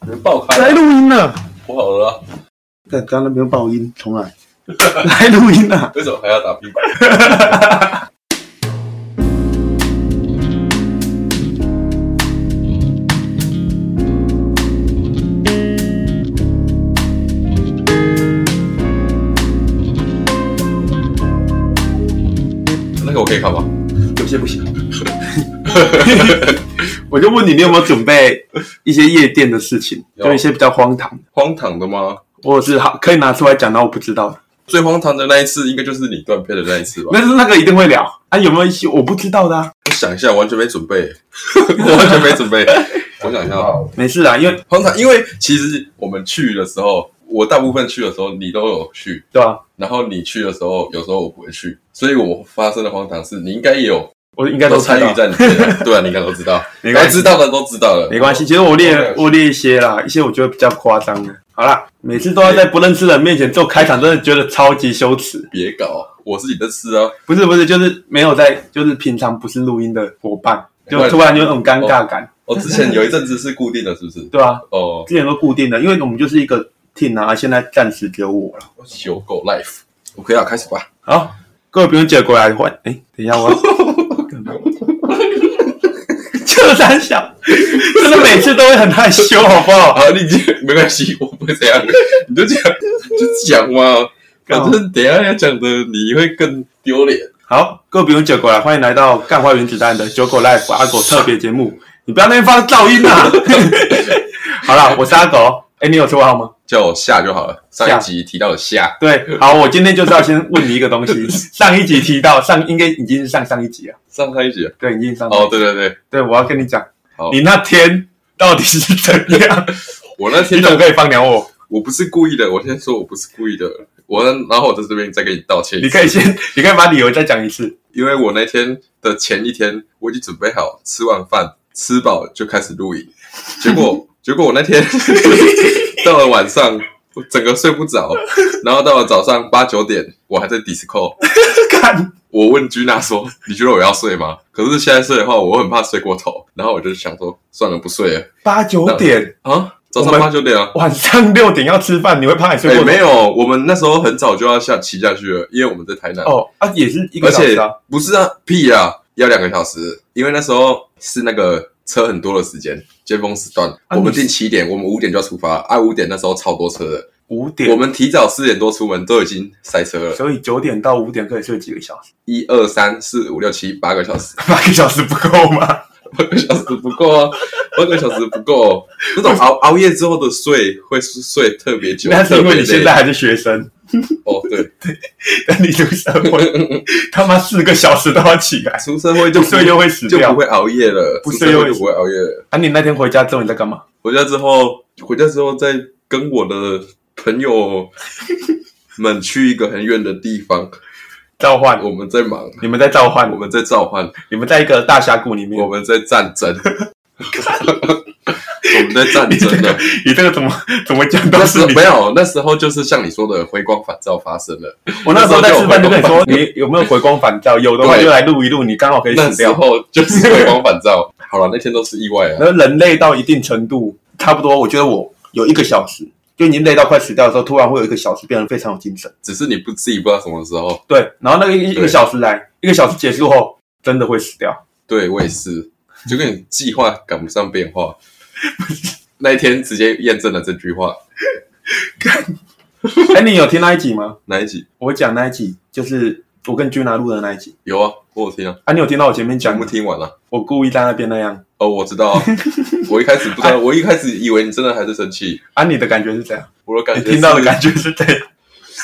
没爆开来啊，录音了，不好了啊，但刚刚没有爆音，重 来，来录音啊！为什么还要打屁股？ 那个我可以看吗？有些不行。我就问你，你有没有准备一些夜店的事情，有就一些比较荒唐的，荒唐的吗？或者是好可以拿出来讲，但我不知道的，最荒唐的那一次，应该就是你断片的那一次吧？但是那个一定会聊啊。有没有一些我不知道的、啊？我想一下，完全没准备， 我完全没准备。我想一下，没事啊，因为荒唐，因为其实我们去的时候，我大部分去的时候你都有去，对吧、然后你去的时候，有时候我不会去，所以我发生的荒唐事，你应该也有我应该都都知道参与在里面，对啊，你应该都知道， 没关系该知道的都知道了，没关系。其实我都没列有我列一些啦，一些我觉得比较夸张的。好啦，每次都要在不认识的人面前做开场，真的觉得超级羞耻。别搞，我自己的事啊，不是不是，就是没有在，就是平常不是录音的伙伴，就突然有种尴尬感，我哦之前有一阵子是固定的，是不是？对吧、啊？哦，之前都固定的，因为我们就是一个 team 啊，现在暂时只有我了。修狗 life。OK 啊，开始吧。好，各位不用接过来换。哎、等一下我 要，就三小，真的每次都会很害羞，好不好？啊，你就没关系，我不会这样， 你就讲，就讲嘛。反正等一下要讲的，你会更丢脸。好，各位不用接过来，欢迎来到干花原子弹的九狗 life 阿狗特别节目。你不要那边放噪音啊！ 好啦，我是阿狗。哎、你有绰号吗？叫我下就好了。上下一集提到的下，对，好，我今天就是要先问你一个东 西。上一集提到上，应该已经是上上一集了，上上一集啊。对，已经是上上一集哦，对对对，对，我要跟你讲好，你那天到底是 怎样？我那天你的怎么可以放鸟我？我不是故意的，我先说我不是故意的，我然后我在这边再跟你道歉。你可以，先，你可以把理由再讲一次。因为我那天的前一天，我已经准备好吃完饭吃饱就开始录影，结 果结果我那天 到了晚上，我整个睡不着，然后到了早上八九点，我还在 disco。看，我问君娜说：“你觉得我要睡吗？”可是现在睡的话，我很怕睡过头，然后我就想说，算了，不睡了八九点，啊，早上我们八九点啊。晚上六点要吃饭，你会怕你睡哎、过头？没有，我们那时候很早就要下骑下去了，因为我们在台南，哦，啊，也是一而个小且时啊。不是啊，屁啊，要两个小时，因为那时候是那个车很多的时间，尖峰时段，啊我们你是定七点，我们五点就要出发，啊，五点那时候超多车的，五点，我们提早四点多出门都已经塞车了，所以九点到五点可以睡几个小时？一二三四五六七八个小时，八个小时不够吗？八个小时不够 啊，八个小时不够、那种熬熬夜之后的睡会睡特别久，那是特因别为累。你现在还是学生， 哦，对，等你出社 会，他妈四个小时都要起来，出社会就不不睡就会死就掉不。会熬夜了，不出睡社会又就不会熬夜了。啊，你那天回家之后你在干嘛？回家之后，回家之后再跟我的朋 友们去一个很远的地方，召唤，我们在忙，你们在召唤我，们在召唤，你们在一个大峡谷里面我。们在战 争，我们在 战争的。你这个怎么怎么讲那都时是候你没。有，那时候就是像你说的回光返照发生了。我那时候在吃饭就跟你说，你有没有回光返照？有的话对就来录一录，你刚好可以那死时掉。候就是回光返照。好了，那天都是意外啊。然后人累到一定程度，差不多，我觉得我有一个小时，就已经累到快死掉的时候，突然会有一个小时变得非常有精神。只是你不自己不知道什么时候。对，然后那个一一对个小时来，一个小时结束后，真的会死 掉。对我也是，就跟你计划赶不上变化。 那一天直接验证了这句话。哎，你有听那一集吗？哪一集？我讲那一集就是我跟君娜录的那一集。有啊，我有听啊。啊，你有听到我前面全讲部，听完了。我故意在那边那样。哦，我知道 啊，我一开始不知道，我一开始以为你真的还在生气，啊，你的感觉是怎样？我的感你觉听到的是感觉是怎样？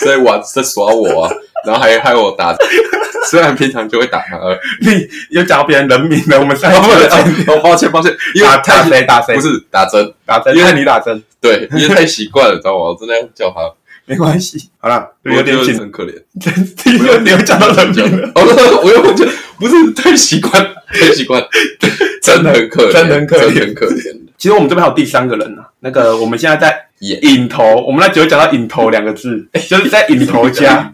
在玩在耍我啊，然后还害我打，虽然平常就会打他， 呃你有讲到别人人名了？我 们上一哦集不有哎讲能，哦抱歉抱歉，因为打打太谁打谁不是打针，打针，因为看你打针，对，因为太习惯了，知道吗？我真的要叫他，没关系。好啦，我有觉点得紧，很可怜。 你又你又讲到人名了， 哦，我又就不是太习惯，太习 惯，真的很可怜，真的很可怜真的很可怜。其实我们这边还有第三个人啊，那个我们现在在也引头，我们那只有讲到引头两个字，就是在引头家，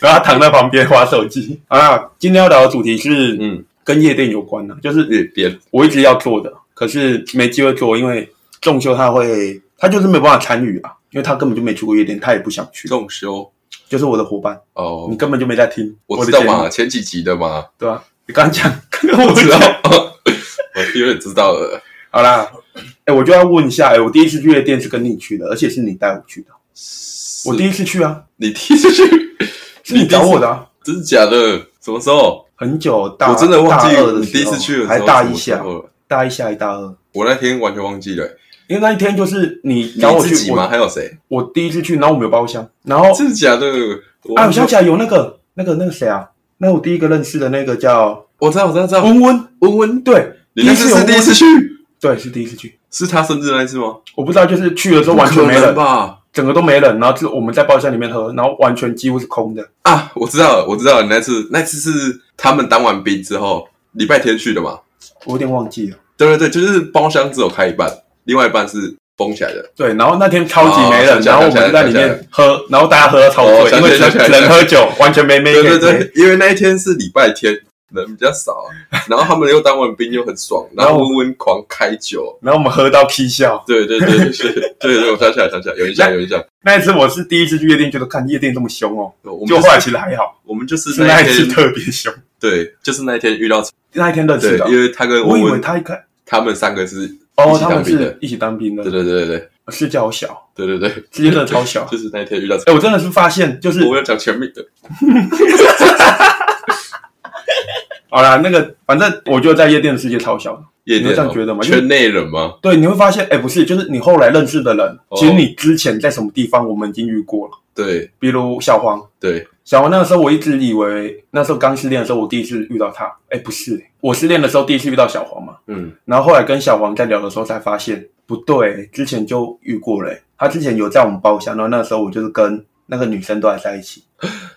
然后他躺在旁边划手机。好啦，今天要聊的主题是嗯，跟夜店有关的、就是也别我一直要做的，可是没机会做，因为仲修他会，他就是没办法参与啊，因为他根本就没去过夜店，他也不想去。仲修就是我的伙伴，哦你，根本就没在听我知的道节目嘛，，前几集的嘛， 对吧、你刚刚讲，刚刚我我知知道道。，我有点知道了。好啦，哎、我就要问一下，哎、我第一次去夜店是跟你去的，而且是你带我去的。我第一次去啊，你踢出去，是你找我的、啊，真的假的？什么时候？很久大，我真的忘大二记的你第一次去时的时候还候大什一么时下，候了。大一下还大二，我那天完全忘记了，因为那一天就是你你找我自己去，吗？我还有谁？我第一次去，然后我没有包厢，然后真的假的？啊，我想起来有那个那个那个谁啊，那我第一个认识的那个叫我知道，我知道，我知道。温温，温温，对，你那第一次次有是第一次去，对，是第一次去，是他生日那一次吗？我不知道就是去了之后完全不没可能人，吧？整个都没人，然后是我们在包厢里面喝，然后完全几乎是空的，啊，我知道了，我知道了，你那次那次是他们当完兵之后，礼拜天去的嘛？我有点忘记了。对对对，就是包厢只有开一半，另外一半是封起来的。对，然后那天超级没人，哦然后我们就在想里起来想面喝，然后大家喝到超哦醉，想因起来为只想起来能喝酒，完全没妹对可对以追对，因为那一天是礼拜天，人比较少，然后他们又当完兵又很爽，然后温温狂开酒。然后我们喝到屁笑。对对对对 对对，我想起来想起来，有印象有印象。那一次我是第一次去夜店，觉得看夜店这么凶哦，我们就就后来是其实还好，我们就是是那那一一次天，特别凶。对，就是那一天遇到那一天认识对的，，因为他跟我温以为温他一开他们三个是一哦，起他当们兵的是一起当兵对的，对对对是叫我小，对对对，直接真的 超小。就是那一天遇到。哎，我真的是发现，呃就是我要讲全名的，好啦，那个反正我觉得在夜店的世界超小的。夜店哦你会这样觉得吗因为圈内人吗？对，你会发现，哎，不是，就是你后来认识的人，哦其实你之前在什么地方，我们已经遇过了，对比如小黄。对，小王那个时候，我一直以为那时候刚失恋的时候，我第一次遇到他。哎，不是，我失恋的时候第一次遇到小黄嘛。嗯，然后后来跟小黄在聊的时候，才发现不对，之前就遇过了。他之前有在我们包厢，然后那时候我就是跟那个女生都还在一起。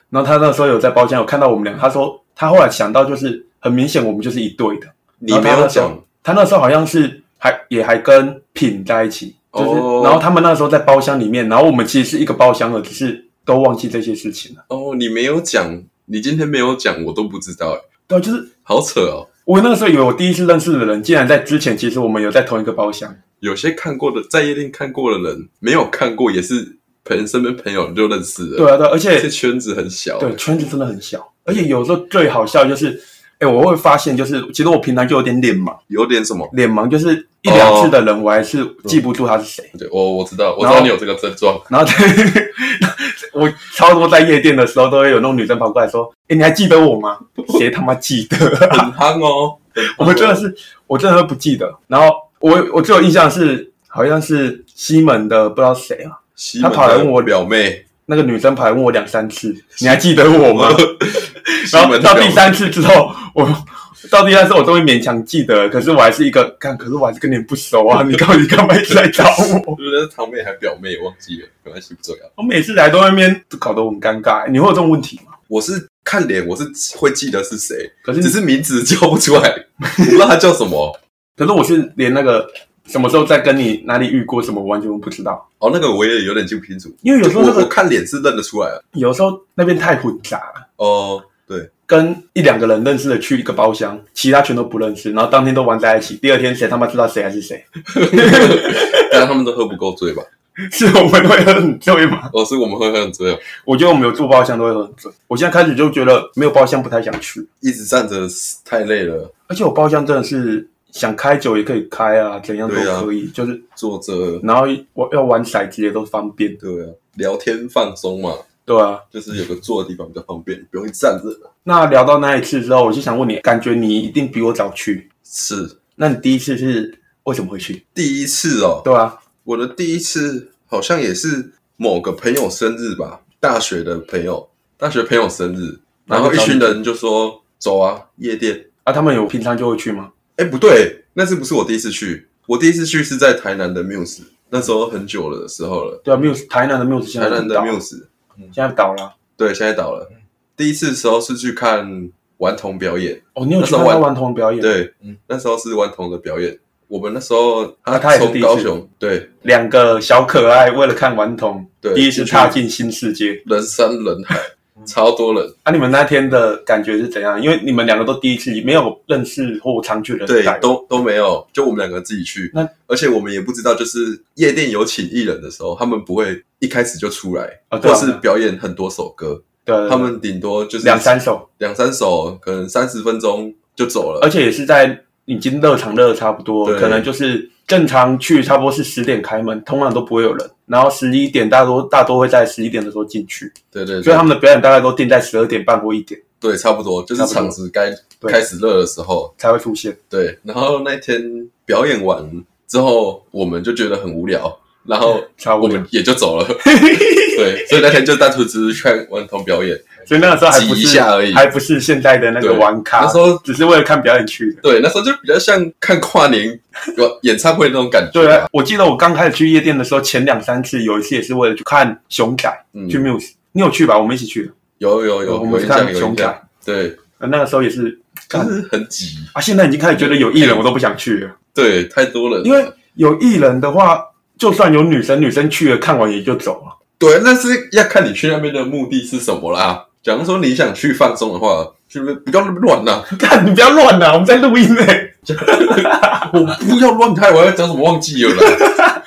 然后他那时候有在包厢有看到我们俩，他说他后来想到就是很明显我们就是一对的。你然后没他有那时候讲，他那时候好像是还也还跟品在一起，就是、哦然后他们那时候在包厢里面，然后我们其实是一个包厢的，只是都忘记这些事情了。哦，你没有讲，你今天没有讲，我都不知道，哎，对啊，就是好扯哦。我那个时候以为我第一次认识的人，竟然在之前，其实我们有在同一个包厢。有些看过的，在夜店看过的人，没有看过也是朋身边朋友就认识了。对啊，对啊，而且这圈子很小，对圈子真的很小，而且有时候最好笑就是，哎，我会发现就是，其实我平常就有点脸盲，有点什么？脸盲就是一两次的人，我还是记不住他是谁。对，我我知道，我知然后道你有这个症 状。然后我超多在夜店的时候，都会有那种女生跑过来说：“哎，你还记得我吗？”谁他妈记得 啊？很憨哦。很憨哦我们真的是，我真的不记得。然后我我最有印象是，好像是西门的，不知道谁啊。西门他跑来问我的表妹，那个女生跑来问我两三次，你还记得我 吗？西然后门的到表第妹三次之后，我到第三次我终于勉强记得了，可是我还是一个干，可是我还是跟你不熟啊！你到底干嘛一直来找我？ 对对，堂妹还表妹，忘记了，没关系，不重要。我每次来都在那边搞得我很尴尬、你会有这种问题吗？我是看脸，我是会记得是谁，可是只是名字叫不出来， 我不知道他叫什么。可是我是连那个什么时候在跟你哪里遇过什么，我完全不知道，哦，那个我也有点记不清楚，因为有时候那我我个看脸是认得出来的。有时候那边太混杂了。哦，对，跟一两个人认识的去一个包厢，其他全都不认识，然后当天都玩在一起，第二天谁他妈知道谁还是谁？ 但他们都喝不够醉吧？是我们会很醉吗？哦，是我们喝很醉哦，我觉得我们有住包厢都会很准。我现在开始就觉得没有包厢不太想去，一直站着太累了，而且我包厢真的是想开酒也可以开啊，怎样都对啊可以，就是坐着，然后我要玩骰子也都方便，对啊，聊天放松嘛，对啊。就是有个坐的地方比较方便，不用站着。那聊到那一次之后，我就想问你，感觉你一定比我早去，是那你第一次是为什么会去？第一次哦，对啊，我的第一次好像也是某个朋友生日吧，大学的朋友，大学朋友生日，然后一群人就说走啊，夜店。啊，他们有平常就会去吗？哎，不对，那次不是我第一次去，我第一次去是在台南的 Muse，那时候很久了的时候了，对啊，Muse 台南的 Muse 现台在南的倒 Muse，现在倒了。啊对，现在倒了。第一次的时候是去看顽童表演，哦，你有那去时看候他玩顽童表演？，对，那时候是顽童的表演。我们那时候嗯啊他也是从第一次高雄，对两个小可爱为了看顽童，对，第一次进去踏进新世界。人山人海，超多人。啊，你们那天的感觉是怎样？因为你们两个都第一次，没有认识或常去的人对带，都都没有，就我们两个自己去。那而且我们也不知道，就是夜店有请艺人的时候，他们不会一开始就出来，啊对或啊是表演很多首歌，对对对啊他们顶多就是两三首，两三首，可能三十分钟就走了。而且也是在已经热场热得差不多，对可能就是正常去差不多是十点开门，通常都不会有人，然后十一点大多大多会在十一点的时候进去，对对所以对他们的表演大概都定在十二点半或一点对，差不多就是差不多场子该对开始热的时候。才会 出现。对，然后那天表演完之后，我们就觉得很无聊，然后差不我多们也就 走了。对，所以那天就单纯只是看顽童表演。所以那个时候还不挤一是下而已还不是现在的那个对玩咖，那时候只是为了看表演去的。对，那时候就比较像看跨年有演唱会那种感觉对吧。啊，我记得我刚开始去夜店的时候，前两三次有一次也是为了去看熊仔，嗯，去 Muse，你有去吧？我们一起去的。有有有有我们印去象看有熊印象，仔，对，呃那个时候也是就看是很挤，啊，现在已经开始觉得有艺人我都不想去了，对，太多了。因为有艺人的话，就算有女生，女生去了看完也就走了。 对，那是要看你去那边的目的是什么啦。假如说你想去放松的话，就是不要那么乱啊啦，看你不要乱啊啦，我们在录音 呢、我不要乱开，我要讲什么忘记了啦。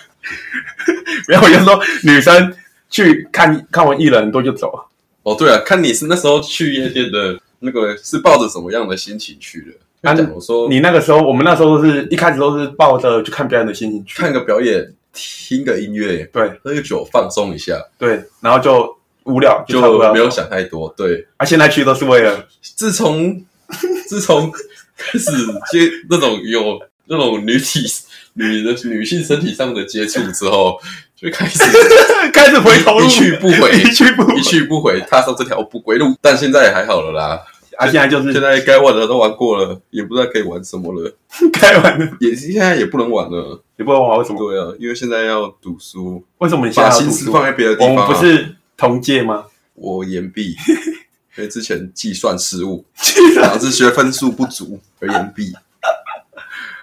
然后我就说女生去看看完艺人很多就走了。哦，对啊，看你是那时候去夜店的那个是抱着什么样的心情去的。啊那我说你那个时候，我们那时候都是一开始都是抱着去看表演的心情去，看个表演，听个音乐，对喝个酒放松一下，对，然后就无聊就就差不多啊要没有走想太多。对，啊，现在去都是为了自从自从 开始接那种有那种女体女的女性身体上的接触之后，就 开始开始回头路一去不回，一去不一去不回，踏上这条不归路。但现在也还好了啦，啊，现在就现是在该玩的都玩过了，也不知道可以玩什么了，开完了，也现在也不能玩了。你不会问我为什么？对啊，因为现在要读书，为什么你现在把要心读思书？放在别的地我方、们啊。不是同届吗？我延毕，因为之前计算失误，导致学分数不足而延毕。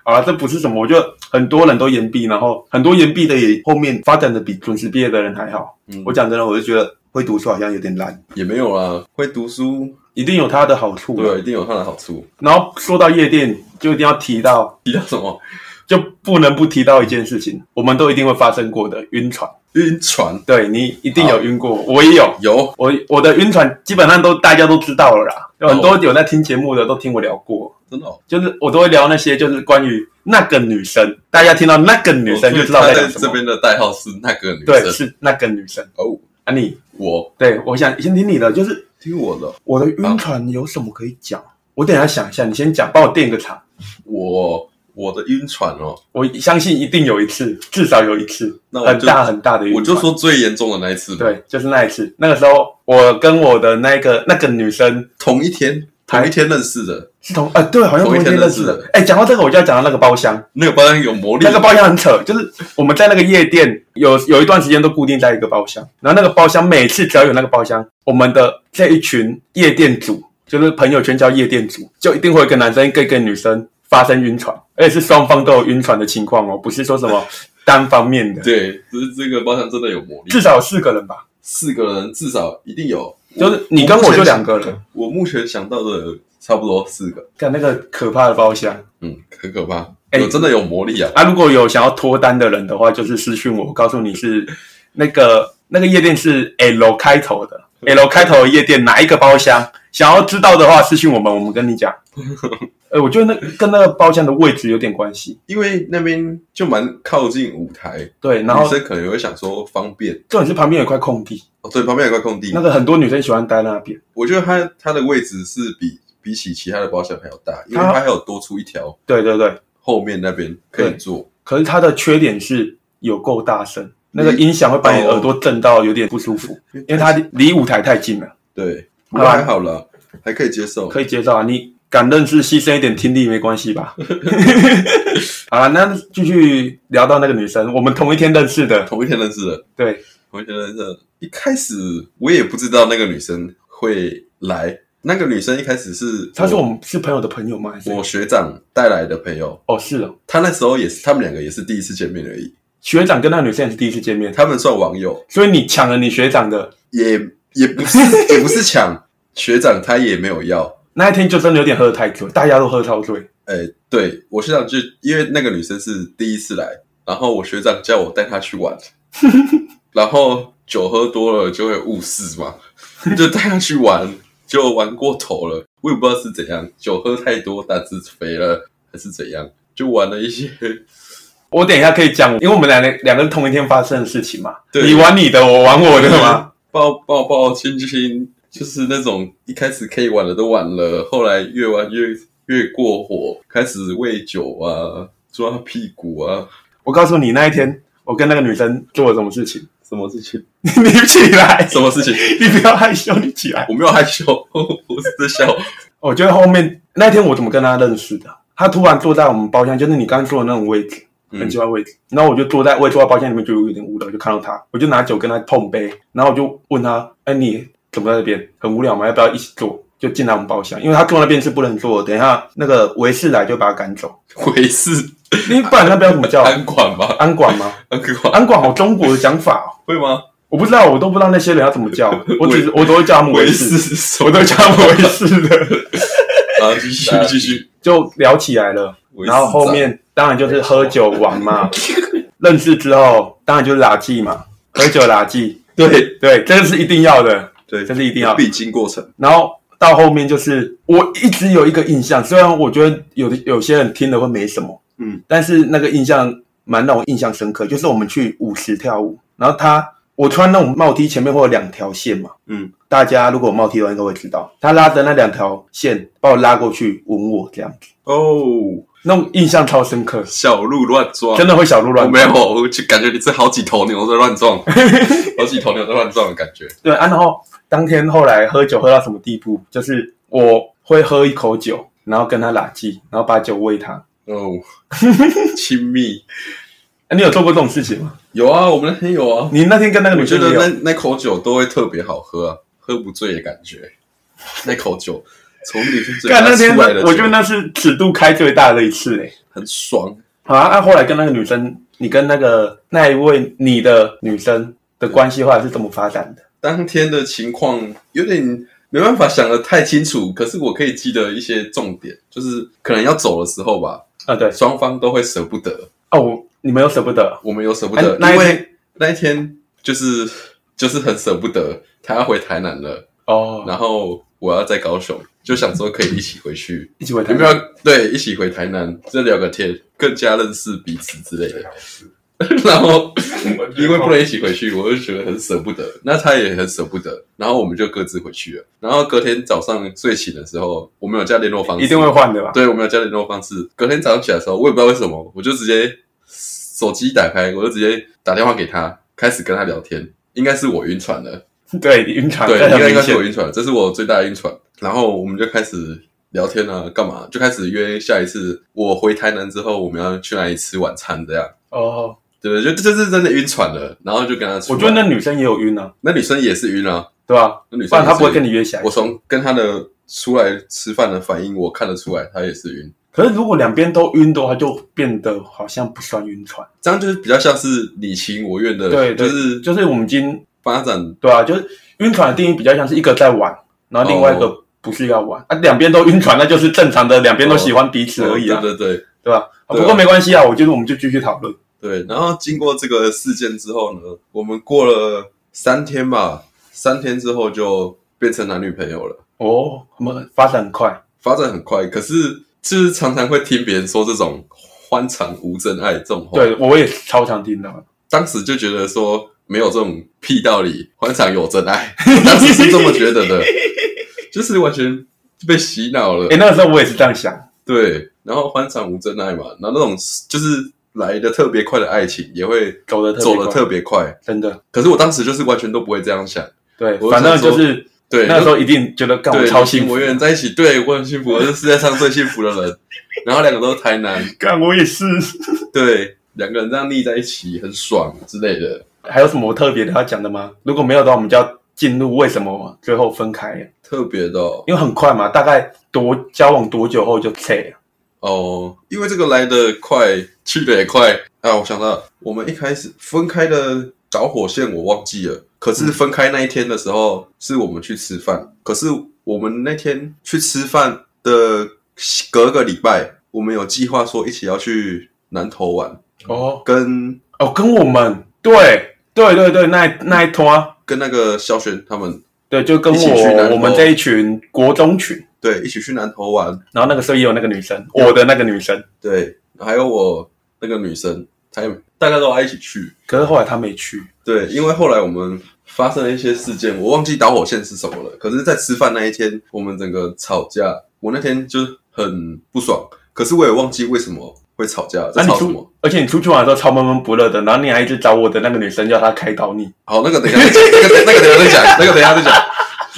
好了，这不是什么，我觉得很多人都延毕，然后很多延毕的也后面发展的比准时毕业的人还好。嗯我讲真的，我就觉得会读书好像有点烂，也没有啦，会读书一定有它的好处。啊对，一定有它的好处。然后说到夜店，就一定要提到，提到什么就不能不提到一件事情，我们都一定会发生过的晕船。晕船？对你一定好有晕过，我也有。有我我的晕船基本上都大家都知道了啦，哦有很多有在听节目的都听我聊过，真的、哦，就是我都会聊那些就是关于那个女生，大家听到那个女生就知道他在在讲什这么。边的代号是那个女对，生是那个女生哦。啊你，我对我想先听你的，就是听我的，我的晕船有什么可以讲？我等一下想一下，你先讲，帮我垫个场。我我的晕船哦，我相信一定有一次，至少有一次，那我很就大很大的晕我船。就说最严重的那一次，，对，就是那一次。那个时候，我跟我的那个那个女生同一天台同一天认识的是同呃，对，好像同一同一天天认认识识的嗯的。哎、讲到这个，我就要讲到那个包厢，那个包厢有魔力那，个包厢很扯，就是我们在那个夜店有有一段时间都固定在一个包厢，然后那个包厢每次只要有那个包厢，我们的这一群夜店组，就是朋友圈叫夜店组，就一定会有一个男生跟一个女生发生晕船，而且是双方都有晕船的情况哦，不是说什么单方面的，对，只是这个包厢真的有魔力至，少有四个人吧，四个人至少一定有，就是你跟我就两个人人，我目前想到的差不多四个，看那个可怕的包厢嗯，很可怕，哎有真的有魔力啊，啊！如果有想要脱单的人的话，就是私讯我，我告诉你是那个那个夜店是 L 开头的 L 开头的夜店哪一个包厢？想要知道的话，私讯我们，我们跟你 讲。呃，我觉得那跟那个包厢的位置有点关系。因为那边就蛮靠近舞台，对，然女后生可能也会想说方便。重点是旁边有一块空地，哦，对，旁边有块空地那，个很多女生喜欢待那边。我觉得它它的位置是比比起其他的包厢还要大，因为它它还有多出一条对对对，后面那边可以坐。可是它的缺点是有够大声，那嗯个音响会把你哦耳朵震到有点不舒 服，因因为它离舞台太近了。对，不过好吧还好了，还可以接受。可以接受啊，你敢认识，牺牲一点听力没关 系吧？好了，那继续聊到那个女生，我们同一天认识的，同一天认识的，对，同一天认识的。一开始我也不知道那个女生会来，那个女生一开始是她是我们是朋友的朋友吗？还是我学长带来的朋友，哦是哦，他那时候也是他们两个也是第一次见面而已，学长跟那个女生也是第一次见面，他们算网友，所以你抢了你学长的，也也不 是也不是抢，学长他也没有要。那一天就真的有点喝太醉，大家都喝超醉。呃，对我学长就因为那个女生是第一次来，然后我学长叫我带她去玩，然后酒喝多了就会误事嘛，就带她去玩，就玩过头了，我也不知道是怎样，酒喝太多胆子肥了还是怎样，就玩了一些。我等一下可以讲，因为我们两个两个是同一天发生的事情嘛。对你玩你的，我玩我的嘛。 抱抱抱亲亲，就是那种一开始可以玩的都玩了，后来越玩越越过火，开始喂酒啊，抓屁股啊，我告诉你，那一天我跟那个女生做了什么事情。 什么事情？ 你起来，什么事情？你不要害羞，你起来。 我没有害羞，我是在笑。我觉得哦后面那天我怎么跟她认识的？她突然坐在我们包厢，就是你刚刚说的那种位置，很嗯奇怪的位置。然后我就坐在我也坐在包厢里面，就有点无聊，就看到她，我就拿酒跟她碰杯，然后我就问她：“哎，你怎么在那边？很无聊吗？要不要一起坐？”就进来我们包厢，因为她坐那边是不能坐的，等一下那个维士来就把她赶 走。回事，你不然那边怎么叫安管吧，安管吗？安管安管好中国的讲法哦，会吗？我不知道，我都不知道那些人要怎么叫，我只是我都会叫他们维回士。事是什我么都叫他们为是的，啊？继续继续，就聊起来了。回事然后后面当然就是喝酒玩嘛， 认识之后当然就是垃圾嘛，喝酒垃圾， 对对，这个是一定要的，对，这是一定要。必经过程。然后到后面就是我一直有一个印象，虽然我觉得有的有些人听了会没什么，嗯，但是那个印象蛮让我印象深刻，就是我们去舞池跳舞，然后他我穿那种帽 T 前面会有两条线嘛，嗯，大家如果有帽 T 的话应该会知道，他拉着那两条线把我拉过去吻我这样子，哦，那种印象超深刻，小鹿乱撞，真的会小鹿我乱没有，我就感觉你是好几头牛在乱撞，好几头牛在乱撞的感觉。对啊，然后当天后来喝酒喝到什么地步，就是我会喝一口酒，然后跟他拉鸡，然后把酒喂他。哦，亲密啊、你有做过这种事情吗？有啊，我们那天有啊。你那天跟那个我女觉生得也有，那那口酒都会特别好喝啊，喝不醉的感觉。那口酒从女生嘴巴干那天出来的我觉得酒那是尺度开最大的一次哎、欸。很爽。好啊，啊后来跟那个女生，你跟那个那一位你的女生的关系后来是怎么发展的？当天的情况有点没办法想得太清楚，可是我可以记得一些重点，就是可能要走的时候吧，啊，对，双方都会舍不得。哦，我你们有舍不得，我们有舍不得，哎那一因天为那一天就是就是很舍不得，他要回台南了，哦，然后我要在高雄，就想说可以一起回去，一起回台有南没有？对，一起回台南，再聊个天，更加认识彼此之类的。然后因为不能一起回去，我就觉得很舍不得，那他也很舍不得，然后我们就各自回去了。然后隔天早上睡醒的时候，我们有加联络方式，一定会换的吧？对，我们有加联络方式。隔天早上起来的时候，我也不知道为什么，我就直接手机打开，我就直接打电话给他，开始跟他聊天。应该是我晕船了，对，晕船，对，这应很啊该应该明是显我。晕船，这是我最大的晕船。然后我们就开始聊天啊，干嘛？就开始约下一次我回台南之后，我们要去哪里吃晚餐这样。哦，对对，就这是真的晕船了，然后就跟他出我来。觉得那女生也有晕啊，那女生也是晕啊，对吧？那女生不然她不会也是跟你晕约起来我。从跟她的出来吃饭的反应，我看得出来她也是晕。可是如果两边都晕的话，就变得好像不算晕船。这样就是比较像是你情我愿的，对，就对是就是我们已经发展对啊，就是晕船的定义比较像是一个在玩，然后另外一个不是要玩、啊，两边都晕船，那就是正常的，两边都喜欢彼此而已啊，哦对对对吧、啊对啊不过没关系啊，我觉得我们就继续讨论。对对。然后经过这个事件之后呢，我们过了三天吧，三天之后就变成男女朋友了，哦，我们发展很快，发展很快。可是就是常常会听别人说这种欢场无真爱这种话，对我也超常听到，当时就觉得说没有这种屁道理，欢场有真爱， 我当时是这么觉得的，就是完全被洗脑了诶，。那个时候我也是这样想，对，然后欢场无真爱嘛，然后那种就是来的特别快的爱情也会走的走的特别别快。快真的可是我当时就是完全都不会这样想，对，我就反正想说就是对，那时候一定觉得干我对超你幸情福我，愿在一起，对我很幸福，我是世界上最幸福的人。然后两个都是台南，干我也是。对，两个人这样腻在一起很爽之类的。还有什么特别的要讲的吗？如果没有的话，我们就要进入为什么最后分开了，特别的哦因为很快嘛，大概多交往多久后就拆了。哦，因为这个来的快，去的也快啊！我想到了我们一开始分开的导火线我忘记了。可是分开那一天的时候，是我们去吃饭。可是我们那天去吃饭的隔个礼拜，我们有计划说一起要去南投玩，哦跟哦，跟我们对对对对，那一那一团，跟那个萧璇他们对，就跟一起去南我投我们这一群国中群，对一起去南投玩，然后那个时候也有那个女生，我的那个女生，对，还有我那个女生，还有大家都要一起去。可是后来她没去，对，因为后来我们发生了一些事件，我忘记导火线是什么了。可是，在吃饭那一天，我们整个吵架，我那天就是很不爽，可是我也忘记为什么会吵架，在那啊你吵什么。出，而且你出去玩的时候超闷闷不乐的，然后你还一直找我的那个女生叫她开导你，好，那个等一下再讲，那个那个等一下再讲，那个等一下再讲，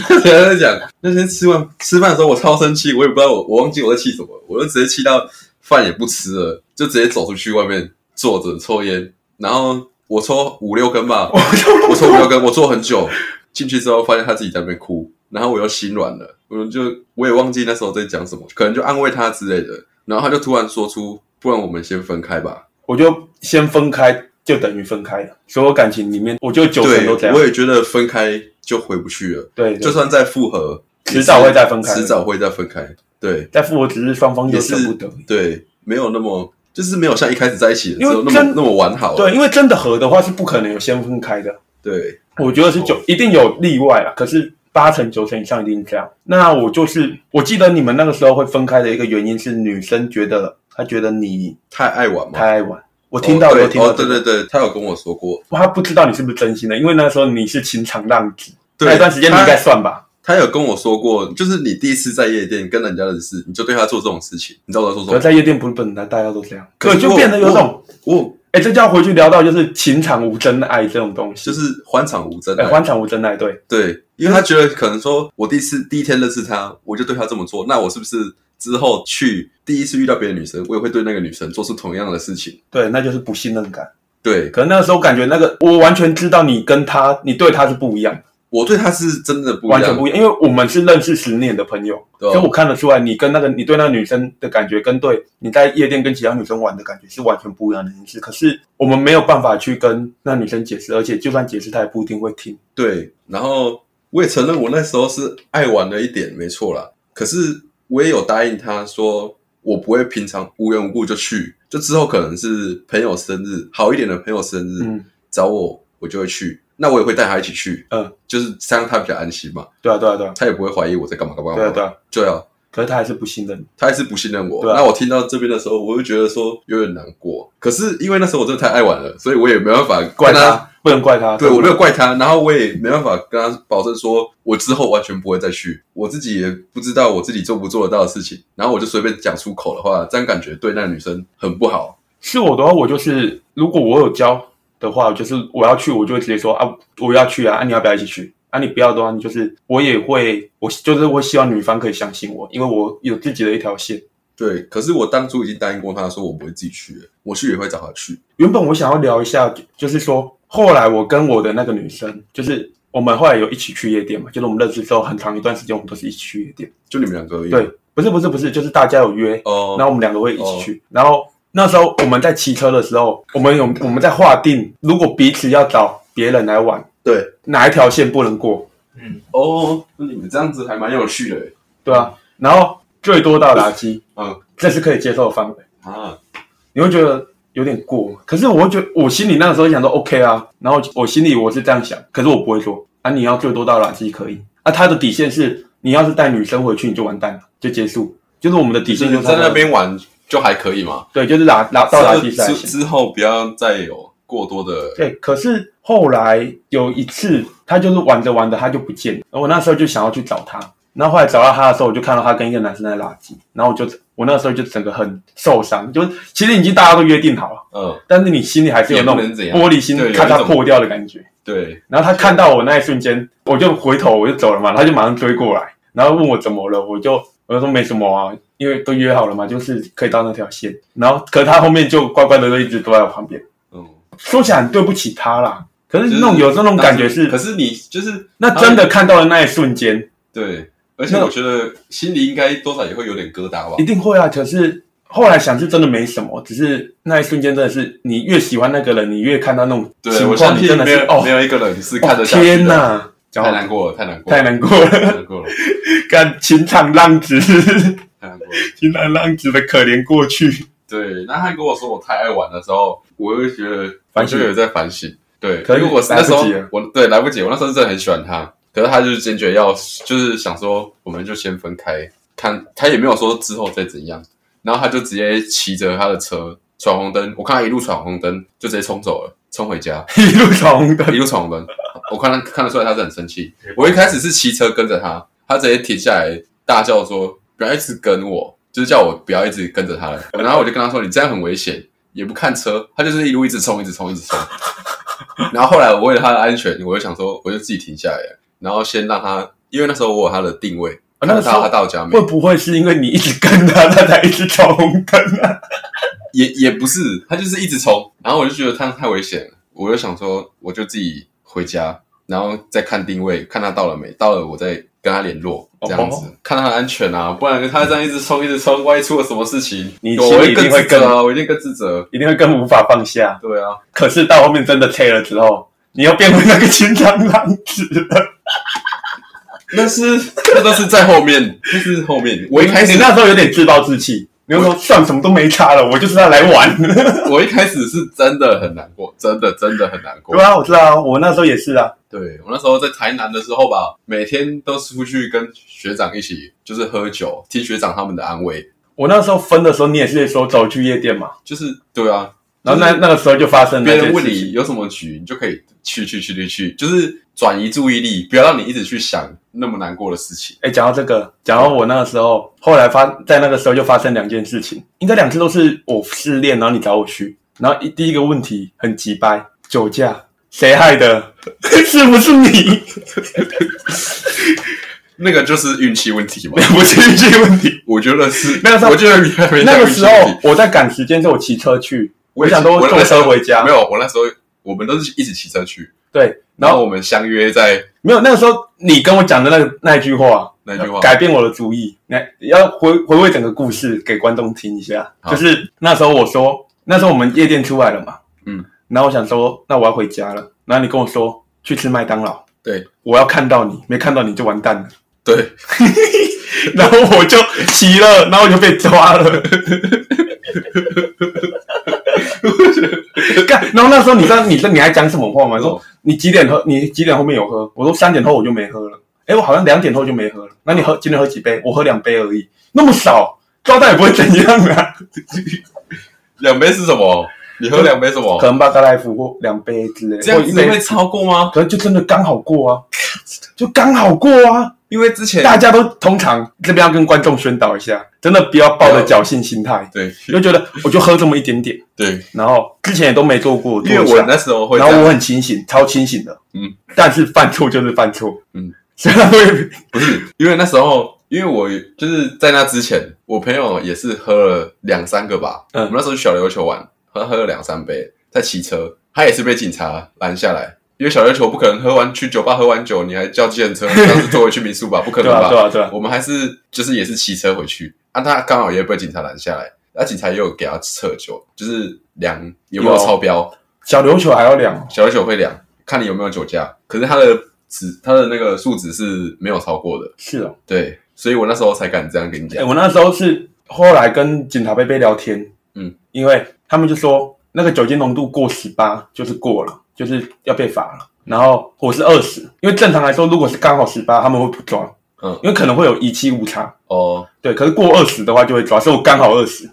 那个等一下再讲。那天吃完吃饭的时候，我超生气，我也不知道我我忘记我在气什么，我就直接气到饭也不吃了，就直接走出去外面坐着抽烟，然后我抽五六根吧，我抽五六根，我坐很久，进去之后发现他自己在那边哭，然后我又心软了，我就我也忘记那时候在讲什么，可能就安慰他之类的，然后他就突然说出，不然我们先分开吧。我就先分开，就等于分开了，所有感情里面，我就九成对都这，样我，也觉得分开就回不去了。对，就就是算再复合，迟早会再分开迟早会再分开。对在复活只是双方都也舍是不得，对，没有那么，就是没有像一开始在一起的时候因为那真么那么完好。对，因为真的合的话是不可能有先分开的，对我觉得是哦九，一定有例外啊。可是八成九成以上一定这样。那我就是，我记得你们那个时候会分开的一个原因是，女生觉得她觉得你太爱玩嘛太。爱玩。我听到，哦我对听到哦，这对个，对对，他有跟我说过，她不知道你是不是真心的，因为那时候你是情场浪子，对那段时间你应该他算吧。他有跟我说过，就是你第一次在夜店跟人家认识，你就对他做这种事情，你知道我在说什可是么？在夜店不是本来大家都这样，可是就我变得有种，我我哎，这就要回去聊到就是情场无真爱这种东西就，是欢场无真哎，爱。欢场无真爱，对，对，因为他觉得可能说，我第一次第一天认识他，我就对他这么做，那我是不是之后去第一次遇到别的女生，我也会对那个女生做出同样的事情？对，那就是不信任感。对，可能那个时候感觉那个，我完全知道你跟他，你对他是不一样的。我对他是真的不一完全样，不一样，因为我们是认识十年的朋友，对吧所以我看得出来，你跟那个你对那个女生的感觉，跟对你在夜店跟其他女生玩的感觉是完全不一样的形式。可是我们没有办法去跟那女生解释，而且就算解释，她也不一定会听。对，然后我也承认我那时候是爱玩了一点，没错啦。可是我也有答应他说，我不会平常无缘无故就去，就之后可能是朋友生日，好一点的朋友生日、嗯，找我，我就会去。那我也会带他一起去，嗯，就是这样他比较安心嘛，对啊，对啊，对啊，他也不会怀疑我在干嘛干嘛对干啊，嘛。对对啊。啊，可是她还是不信任。他还是不信任我。对啊那我听到这边的时候，我就觉得说有点难过。可是因为那时候我真的太爱玩了，所以我也没办法怪跟他她，不能怪她。啊对我没有怪他，然后我也没办法跟他保证说，我之后完全不会再去，我自己也不知道我自己做不做得到的事情，然后我就随便讲出口的话，这样感觉对那女生很不好。是我的话，我就是如果我有教的话，就是我要去，我就会直接说啊，我要去啊，啊你要不要一起去？啊，你不要的话，你就是我也会，我就是会希望女方可以相信我，因为我有自己的一条线。对，可是我当初已经答应过他说我不会自己去了，我去也会找他去。原本我想要聊一下，就就是说，后来我跟我的那个女生，就是我们后来有一起去夜店嘛，就是我们认识之后很长一段时间，我们都是一起去夜店。就你们两个而已。对，不是不是不是，就是大家有约，哦，然后我们两个会一起去。然后那时候我们在骑车的时候，我们有我们在划定，如果彼此要找别人来玩，对，哪一条线不能过，嗯，哦，那你们这样子还蛮有趣的欸对啊。然后最多到垃圾，嗯，这是可以接受的范围。啊。你会觉得有点过吗？可是我会觉得我心里那个时候想说 OK 啊，然后我心里我是这样想，可是我不会做啊。你要最多到垃圾可以啊，他的底线是你要是带女生回去你就完蛋了，就结束，就是我们的底就是线你们就是他在的那边玩就还可以嘛，对，就是拉拉到垃圾之赛之。之后不要再有过多的对，可是后来有一次，他就是玩着玩着他就不见了，然后我那时候就想要去找他，然后后来找到他的时候，我就看到他跟一个男生在垃圾，然后我就我那时候就整个很受伤，就是其实已经大家都约定好了，嗯，但是你心里还是有也那不种能怎样玻璃心对，有看一它种破掉的感觉。对，然后他看到我那一瞬间，我就回头我就走了嘛，他就马上追过来，然后问我怎么了，我就我就说没什么啊，因为都约好了嘛，就是可以到那条线。然后可是他后面就乖乖的就一直坐在我旁边，嗯，说起来很对不起他啦，可是就是那种有时候那种感觉可是，是你就是那真的看到的那一瞬间对，而且那我觉得心里应该多少也会有点疙瘩吧一。定会啊，可是后来想是真的没什么，只是那一瞬间真的是你越喜欢那个人，你越看到那种对情我况，相你信真的没是有、哦没，有一个人是看得哦下去的天哪，哦讲太好难过了，太难过了，太难过了， 太难过了，干情场浪子， 太难过了。情场浪子的可怜过去，对，那他跟我说我太爱玩的时候，我就觉得我反就省有在反省。对，可是因为我那时候来不及了我对来不及，我那时候真的很喜欢他，可是他就是坚决要，就是想说我们就先分开，看他也没有说之后再怎样，然后他就直接骑着他的车闯红灯，我看他一路闯红灯就直接冲走了，冲回家，一路闯红灯，一路闯红灯，我看他看得出来他是很生气。我一开始是骑车跟着他，他直接停下来大叫说：“不要一直跟我，就是叫我不要一直跟着他了。”然后我就跟他说：“你这样很危险，也不看车。”他就是一路一直冲，一直冲，一直冲。然后后来我为了他的安全，我就想说，我就自己停下来了，然后先让他，因为那时候我有他的定位，啊看得那个时到候他到家没会？不会是因为你一直跟他，他才一直闯红灯啊？也也不是，他就是一直冲，然后我就觉得他太危险了，我就想说，我就自己回家，然后再看定位，看他到了没，到了我再跟他联络，哦这样子，看他的安全啊，不然他这样一直冲一直冲，万一出了什么事情，你我心里会一定更会自责啊，我一定更自责。一定会更无法放下。对啊，可是到后面真的退了之后，你又变回那个情场浪子 了。那是那都是在后面，那是后面。我一开你始，那时候有点自暴自弃，你就说算什么都没差了，我就知道来 玩。我一开始是真的很难过，真的真的很难过对。啊，我知道啊，我那时候也是啊。对我那时候在台南的时候吧，每天都出去跟学长一起，就是喝酒，听学长他们的安慰，我那时候分的时候，你也是说走去夜店嘛，就是对啊。然后那就是那个时候就发生了别那人件问事你情。有什么局，你就可以去去去去去，就是转移注意力，不要让你一直去想那么难过的事情。哎，讲到这个，讲到我那个时候，后来发在那个时候就发生两件事情，应该两次都是我失恋，然后你找我去，然后一第一个问题很急掰，酒驾谁害的？ 是不是你？那个就是运气问题 嘛， 不是运气问题。我觉得是。 那个时候我觉得你还没到 那个运气时候问题我在赶时间，所以我骑车去，我我也是想都我坐那时候车回家没。有，我那时候我们都是一起骑车去，对，然然后后我们相约在没有那个时候你跟我讲的那那一句话，那句话改变我的主意。那要回回味整个故事给观众听一下，好就是那时候我说，那时候我们夜店出来了嘛，嗯，然后我想说，那我要回家了，然后你跟我说去吃麦当劳，对我要看到你，没看到你就完蛋了。对，然后我就骑了，然后我就被抓了。干，然后那时候你知道你你还讲什么话吗？说你几点喝？你几点后面有喝？我说三点后我就没喝了。哎，我好像两点后就没喝了。那你喝今天喝几杯？我喝两杯而已，那么少，抓到也不会怎样啊。两杯是什么？你喝两杯什么可？能八个来福或两杯之类，哦 这样或一子杯会，超过吗？可能就真的刚好过啊，就刚好过啊。因为之前大家都通常这边要跟观众宣导一下，真的不要抱着侥幸心态。对就觉得我就喝这么一点点，对，然后之前也都没做过，因为做一我下那时候会这然后样，我很清醒，超清醒的，嗯，但是犯错就是犯错， 嗯，虽然会因为那时候，因为我就是在那之前，我朋友也是喝了两三个吧。嗯我们那时候去小琉球玩，喝喝了两三杯，在骑车，他也是被警察拦下来。因为小琉球不可能喝完去酒吧喝完酒，你还叫计 程车，这样子坐回去民宿吧，不可能对啊吧？对啊对啊，我们还是就是也是骑车回去，啊，他刚好也被警察拦下来，那、警察也有给他测酒，就是量有没有有超标，小琉球还要量哦，小琉球会量，看你有没有酒驾。可是他的值，他的那个数值是没有超过的，是哦，对，所以我那时候才敢这样跟你哎，讲。我那时候是后来跟警察贝贝聊天，嗯，因为他们就说那个酒精浓度过十八就是过了，就是要被罚了。然后我是二十，因为正常来说，如果是刚好十八，他们会不抓，嗯因为可能会有仪器误差，哦，对。可是过二十的话就会抓，所以我刚好二十，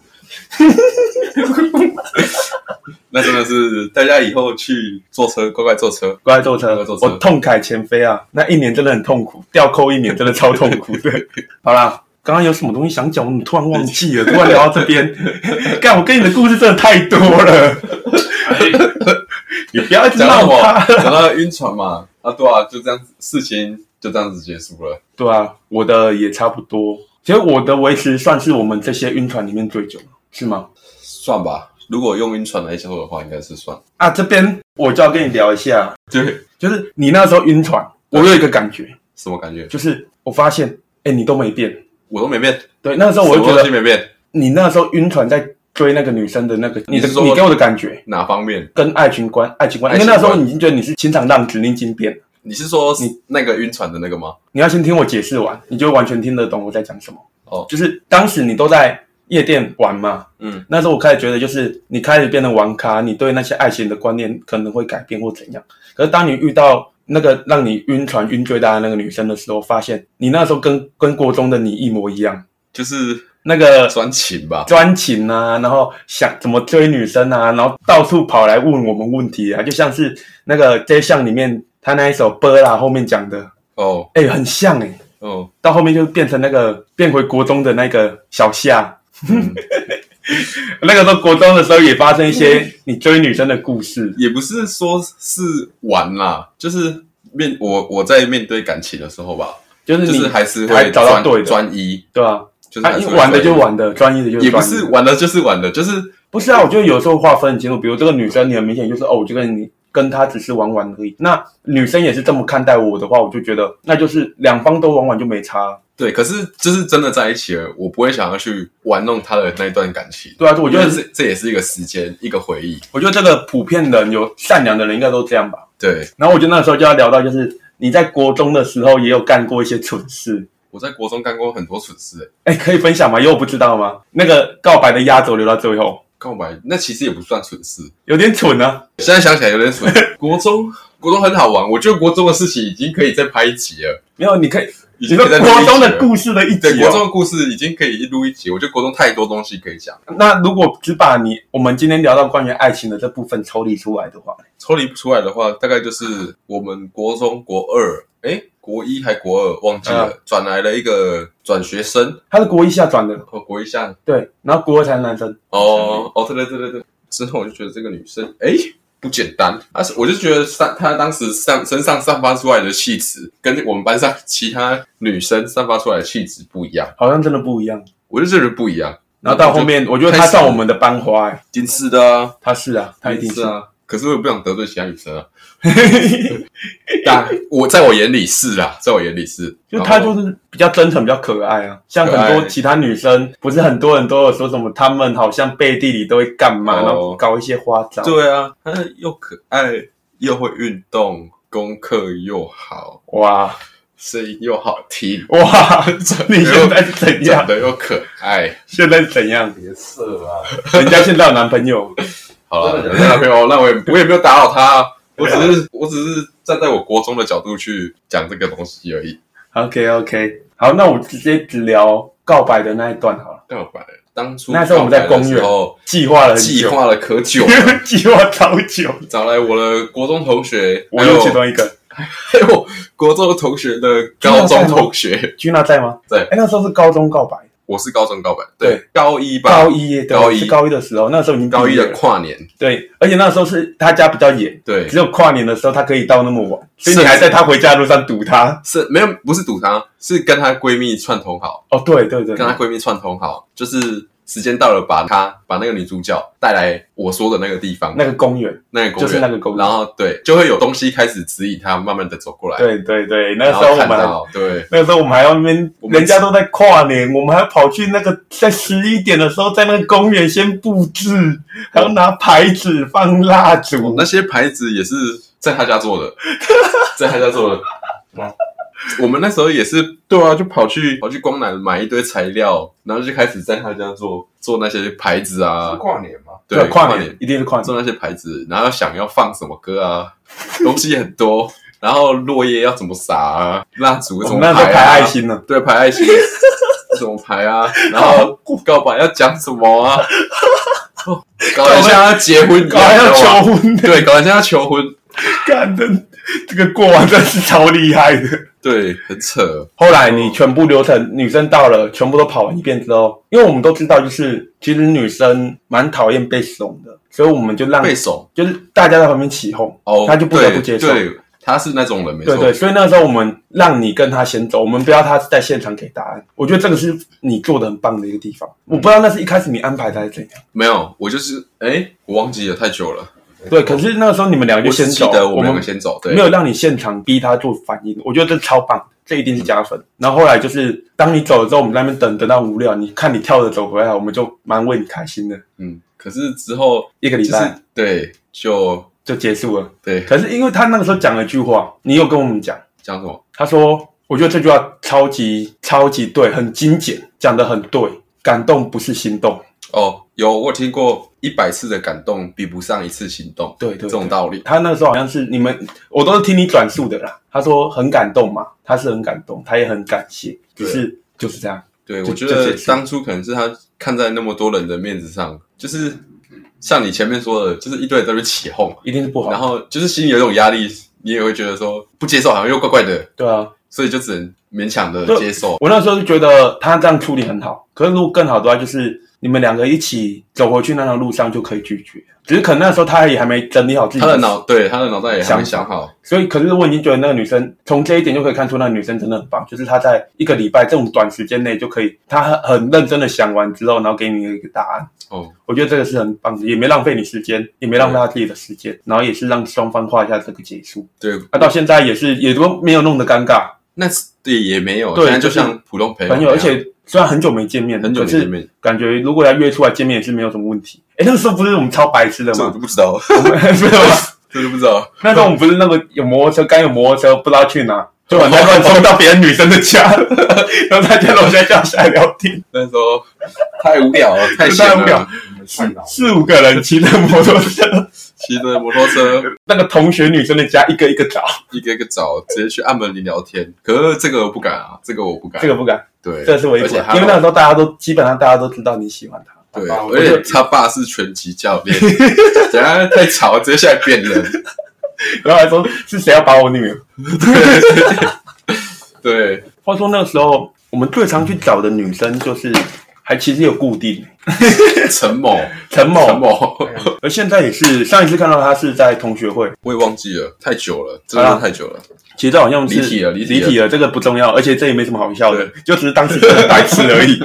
那真的是大家以后去坐车，乖乖坐车。过来坐车过来坐，车我痛改前非啊！那一年真的很痛苦，吊扣一年真的超痛苦 的。好啦，刚刚有什么东西想讲，我怎么突然忘记了， 突然聊到这边。干，我跟你的故事真的太多了， 你不要一直哎讲到闹什么他。？讲到晕船嘛？啊，对啊，就这样子，事情就这样子结束了。对啊，我的也差不多。其实我的维持算是我们这些晕船里面最久，是吗？算吧，如果用晕船来说的话，应该是算。啊，这边我就要跟你聊一下，对，就是你那时候晕船，我有一个感觉，什么感觉？就是我发现，哎、你都没变。我都没变，对，那时候我就什觉么东得西没变。你那时候晕船在追那个女生的那个，你你的是说你给我的感觉哪方面？跟爱情观爱情观，因为爱情那时候观你已经觉得你是情场浪子，你已经变了。你是说你那个晕船的那个吗？你要先听我解释完，你就完全听得懂我在讲什么。哦就是当时你都在夜店玩嘛，嗯，那时候我开始觉得，就是你开始变成玩咖，你对那些爱情的观念可能会改变或怎样。可是当你遇到那个让你晕船晕最大的那个女生的时候，发现你那时候跟跟国中的你一模一样，就是那个专情吧？专情啊，然后想怎么追女生啊，然后到处跑来问我们问题啊，就像是那个《街巷》里面他那一首《波拉》后面讲的，哦哎、很像哎、哦，到后面就变成那个变回国中的那个小夏。嗯 那个时候国中的时候也发生一些你追女生的故事，也不是说是玩啦，就是面我我在面对感情的时候吧，就是就你是还是还会找到专对的专一，对啊，就是他、还是会玩的专就一，玩的，专一的就是也不专一的是玩的就是玩的，就是不是啊，我觉得有时候划分很清楚，比如这个女生，你很明显就是哦，我就跟你跟她只是玩玩而已。那女生也是这么看待我的话，我就觉得那就是两方都玩玩就没差。啊对。可是就是真的在一起了，我不会想要去玩弄他的那一段感情。对啊，我我觉觉得得这这也是一个时间，一个回忆。我觉得这个普遍人有善良的人应该都这样吧。对，然后我觉得那时候就要聊到，就是你在国中的时候也有干过一些蠢事，我在国中干过很多蠢事、欸，哎，可以分享吗？因为我不知道吗？那个告白的压轴留到最后，告白那其实也不算蠢事，有点蠢啊。现在想起来有点 蠢。国中，国中很好玩，我觉得国中的事情已经可以再拍一集了，没有，你可以，已你经说可以再录国一中集的了故事的一集、 对哦，国中的故事已经可以录一集，我觉得国中太多东西可以讲，那如果只把你我们今天聊到关于爱情的这部分抽离出来的话，抽离不出来的话，大概就是我们国中国二，哎，国一还国二忘记啊了，转来了一个转学生，他是国一下转的，哦，国一下，对，然后国二才是男生，哦哦，对对对对对，之后我就觉得这个女生，哎。不简单，而是我就觉得散她当时上身上散发出来的气质，跟我们班上其他女生散发出来的气质不一样。好像真的不一样。我就觉得不一样。然后到后面，我觉得他算我们的班花、哎，金丝的啊，他是啊，他一定是。啊。可是我也不想得罪其他女生啊。 但我在我眼里是啊，在我眼里是，就他然就后是比较真诚，比较可爱啊。像很可多爱其他女生，不是很多人都有说什么，他们好像背地里都会干嘛，哦然后搞一些花招。对啊，她又可爱又会运动，功课又好， 哇声音又好 听，哇，你现在是怎长样？得又可爱， 现在是怎样？别色啊！人家现在有男朋友，好了，真的那没有，那我也我也没有打扰 她啊，我只是我只是站在我国中的角度去讲这个东西而已。 OK OK，好，那我直接只聊告白的那一段好了。告白，当初那时候我们告在白公的时园候计划了很计久，划了可久 计划超久，找来我的国中同学， 我还有又其中一个。还有我国中同学的高中同学， 君娜在吗？对哎、那时候是高中告白，我是高中告白，对对，高一吧，高一，对高一是高一的时候，那时候已经毕业高一的了，跨年，对，而且那时候是他家比较严，对只，有跨年的时候他可以到那么晚，所以你是还在他回家的路上堵他。是没有不是堵她，是跟她闺蜜串通好，哦，对对对，跟她闺蜜串通好，就是时间到了，把她把那个女主角带来我说的那个地方，那个公园，那个公园，就是那个公园然后对，就会有东西开始指引她，慢慢的走过来，，对对对，那然时候后我们看还。到，对，那时候我们还要那边，我们人家都在跨年，我们还跑去那个在十一点的时候，在那个公园先布置，还要拿牌子放蜡烛。哦那些牌子也是在她家 做的，在她家做的。我们那时候也是，对啊，就跑去跑去光南买一堆材料，然后就开始在他家做做那些牌子是啊，跨年吗？对，跨年一定是跨年。做那些牌子，然后想要放什么歌 啊，东西很多，然后落叶要怎么撒啊，蜡烛我怎们么那时候排排爱啊，心呢，对，排爱心怎么排啊，然 后告白要讲什么啊，哦搞得像要结婚一搞得样，要你知道吗求 婚的，对，搞得像要求婚， 干的，这个过完真是超厉害的。对，很扯，后来你全部流程，女生到了，全部都跑完一遍之后，因为我们都知道，就是其实女生蛮讨厌被怂的，所以我们就让被怂就是大家在旁边起哄，哦，她就不得不对接受。对，他是那种人，没错对，对，所以那时候我们让你跟他先走，我们不要他在现场给答案。我觉得这个是你做的很棒的一个地方。我不知道那是一开始你安排的还是怎样。没有，我就是哎、诶我忘记了，太久了。对，可是那个时候你们两个就我先只记走，得我我们两个们先走，对没，有让你现场逼他做反应，我觉得这超棒的，这一定是加分。然后后来就是当你走了之后，我们在那边等等到无聊，你看你跳着走回来，我们就蛮为你开心的。嗯，可是之后一个就礼拜、是对，就就结束了。对可是因为他那个时候讲了一句话，你有跟我们讲，讲什么？他说：“我觉得这句话超级超级对，很精简，讲的很对，感动不是心动。哦，有我有听过一百次的感动比不上一次行动，对”对这对，种道理。他那时候好像是你们，我都是听你转述的啦。他说很感动嘛，他是很感动，他也很感谢，只对是就是这样。对，就我觉就得结束当初可能是他看在那么多人的面子上，就是像你前面说的，就是一堆人在那边起哄，一定是不好。然后就是心里有一种压力，你也会觉得说不接受好像又怪怪的，对啊，所以就只能勉强的对接受。我那时候就嗯觉得他这样处理很好。可是如果更好的话，就是你们两个一起走回去那条路上就可以拒绝。只是可能那时候他也还没整理好自己他的脑对他的脑袋也还没想想好，所以，可是我已经觉得那个女生从这一点就可以看出，那个女生真的很棒，就是她在一个礼拜这种短时间内就可以，她很很认真的想完之后，然后给你一个答案。哦，我觉得这个是很棒的，也没浪费你时间，也没浪费她自己的时间，然后也是让双方画下这个结束。对，那、到现在也是也都没有弄得尴尬，那是对也没有，对现在就就是像普通朋友朋一友，样，而且虽然很久没见面，很久没可是见面，感觉如果要约出来见面也是没有什么问题。哎，那个时候不是我们超白痴的这我吗？就不知道， 没有吗？这就不知道。那时候我们不是那个有摩托车，刚有摩托车，不知道去哪，就往那乱冲到别人女生的家， 然后在家楼下叫下来聊天，那时候太无聊了，太闲太无聊了。嗯四四五个人骑着摩托车，骑着摩托车那个同学女生的家一个一个找，一个一个找，直接去按门铃聊天。可是这个我不敢啊，这个我不敢。这个不敢，对，这是我一而不且敢，他因为那时候大家都基本上大家都知道你喜欢他。对，好吧而且他爸是拳击教练，等下太吵，直接下来扁人。然后还说是谁要把我女儿？ 对，话说那时候我们最常去找的女生就是，还其实有固定陈某，陈某，陈某，而现在也是上一次看到她是在同学会，我也忘记了，太久了，真的是太久了。其实这好像是离题了离题了了，这个不重要，而且这也没什么好笑的，就只是当时真的白痴 而已。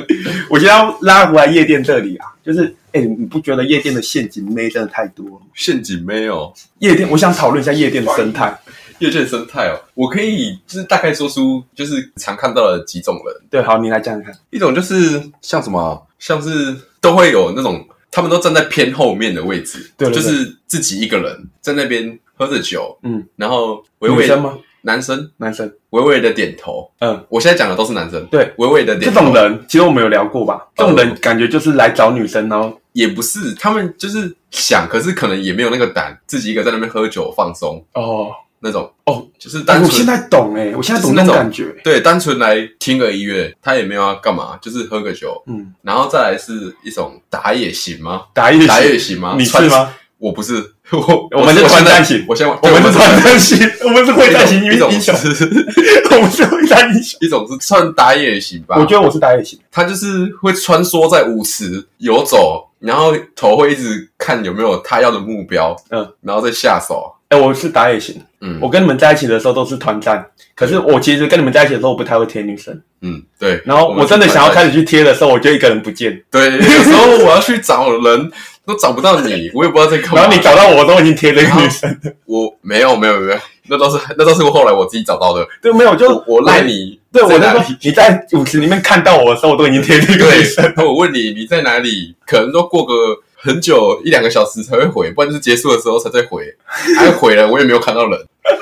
我觉得要拉回来夜店这里啊，就是哎、你不觉得夜店的陷阱妹真的太多了吗？陷阱没有，夜店，我想讨论一下夜店的生态。夜店生态哦，我可以就是大概说出就是常看到的几种人，对，好，你来讲讲看。一种就是像什么啊，像是都会有那种。他们都站在偏后面的位置，对对对就是自己一个人在那边喝着酒，嗯，然后微微女生吗？男生男生？微微的点头。嗯，我现在讲的都是男生，对，微微的这点头。种人其实我们有聊过吧？哦这种人感觉就是来找女生，然后也不是，他们就是想，可是可能也没有那个胆，自己一个在那边喝酒放松哦那种，哦，就是单但我纯、现在懂哎、我现在懂就那是那种种感觉。对单纯来听个音乐，他也没有要干嘛，就是喝个酒，嗯，然后再来是一种打野型吗？打野打野型，型吗？你是穿吗？我不是， 我我们是穿穿戴型我先我我对们是是团战型，我们是 会战型英一种英雄，是 我们是会战英雄。一种是算打野型吧，我觉得我是打野型，他就是会穿梭在舞池游走，然后头会一直看有没有他要的目标，嗯，然后再下手。哎、我是打野型。嗯，我跟你们在一起的时候都是团战，可是我其实跟你们在一起的时候我不太会贴女生，嗯对。然后我真的想要开始去贴的时候，我就一个人不见，对，有时候我要去找人都找不到 你，我也不知道在干嘛。然后你找到我的时候，我已经贴了一个女生，我没有没有没有，那都是 那都是后来我自己找到的。对，没有，就我我赖，你对我在那哪时 里候你在舞池里面看到我的时候，我都已经贴了一个女对， 生，然后我问你你在哪里，可能都过个很久一两个小时才会回，不然就是结束的时候才再回，还回了我也没有看到人，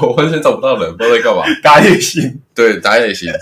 我完全找不到人，不知道在干嘛。打野型，对，打野型，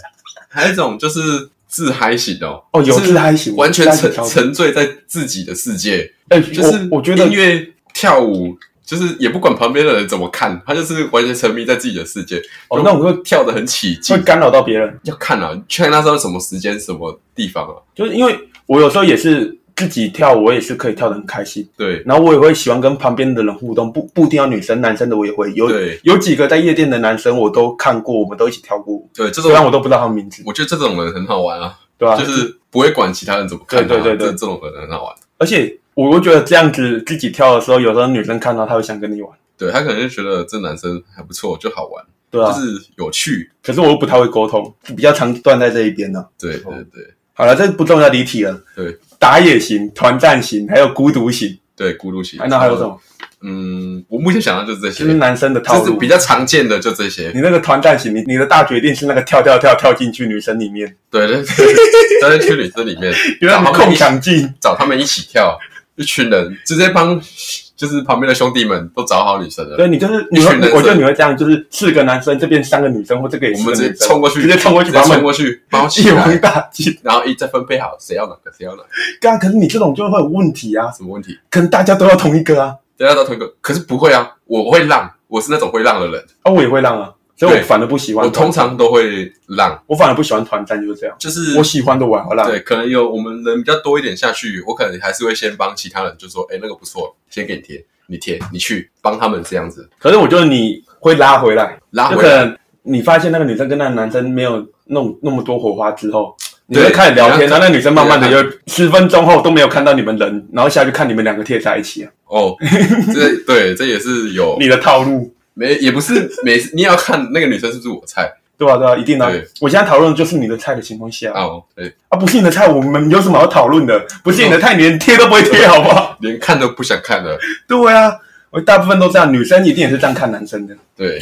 还有一种就是自嗨型哦，哦，有就是自嗨型，完全自沉嗨型超级，沉醉在自己的世界，哎、就是我我觉得音乐跳舞，就是也不管旁边的人怎么看，他就是完全沉迷在自己的世界，哦，那我会跳的很起会劲。干扰到别人，要看啊，确定那时候什么时间、什么地方啊？就是因为我有时候也是自己跳，我也是可以跳得很开心。对然后我也会喜欢跟旁边的人互动，不不一定要女生，男生的我也会有。对有几个在夜店的男生我都看过，我们都一起跳过舞，对，这种虽然我都不知道他们名字，我觉得这种人很好玩啊，对吧、就是不会管其他人怎么看、啊，对对对对这这种人很好玩。而且我会觉得这样子自己跳的时候，有时候女生看到她会想跟你玩，对他可能就觉得这男生还不错，就好玩，对啊。就是有趣。可是我又不太会沟通，比较常断在这一边呢、对哦对对好了，这不重要，离题了。对，打野型、团战型，还有孤独型，对，孤独型。哎那还有什么？嗯，我目前想到就是这些就，是男生的套就是路比。较常见的就这些。你那个团战型，你你的大决定是那个跳跳跳跳进去女生里面，对对对，都在去女生 里面因为找他他们们控一起墙进，找他们一起跳，一群人直接帮就是旁边的兄弟们都找好女生了，对你就是一你群会男，生我觉得你会这样，就是四个男生这边三个女生，或这个也我是个们直女接生，冲过去，直接冲过去把他冲们过去，把我一起网来，打尽。然后一再分配好谁要哪个，谁要哪个，刚可是你这种就会有问题啊，什么问题？可能大家都要同一个啊，大家都同一个，可是不会啊，我会让，我是那种会让的人，啊我也会让啊，所以我对反而不喜欢我团战。通常都会让，我反而不喜欢团战就是这样，就是我喜欢的我还要让。对，可能有我们人比较多一点下去，我可能还是会先帮其他人，就说，哎、那个不错，先给你贴，你贴，你去帮他们这样子可是我觉得你会拉回来，拉就回可来。能你发现那个女生跟那个男生没有弄那么多火花之后，你对会开始聊天，然后那女生慢慢的对啊就十分钟后都没有看到你们人，然后下去看你们两个贴在一起啊，哦，这对这也是有你的套路。没也不是每次你也要看那个女生是不是我菜对吧、对吧、一定的、对我现在讨论的就是你的菜的情况下啊啊，哦对，不是你的菜，我们有什么好讨论的？不是你的菜，你连贴都不会贴，好不 好？连看都不想看了。对啊，我大部分都这样，女生一定也是这样看男生的。对，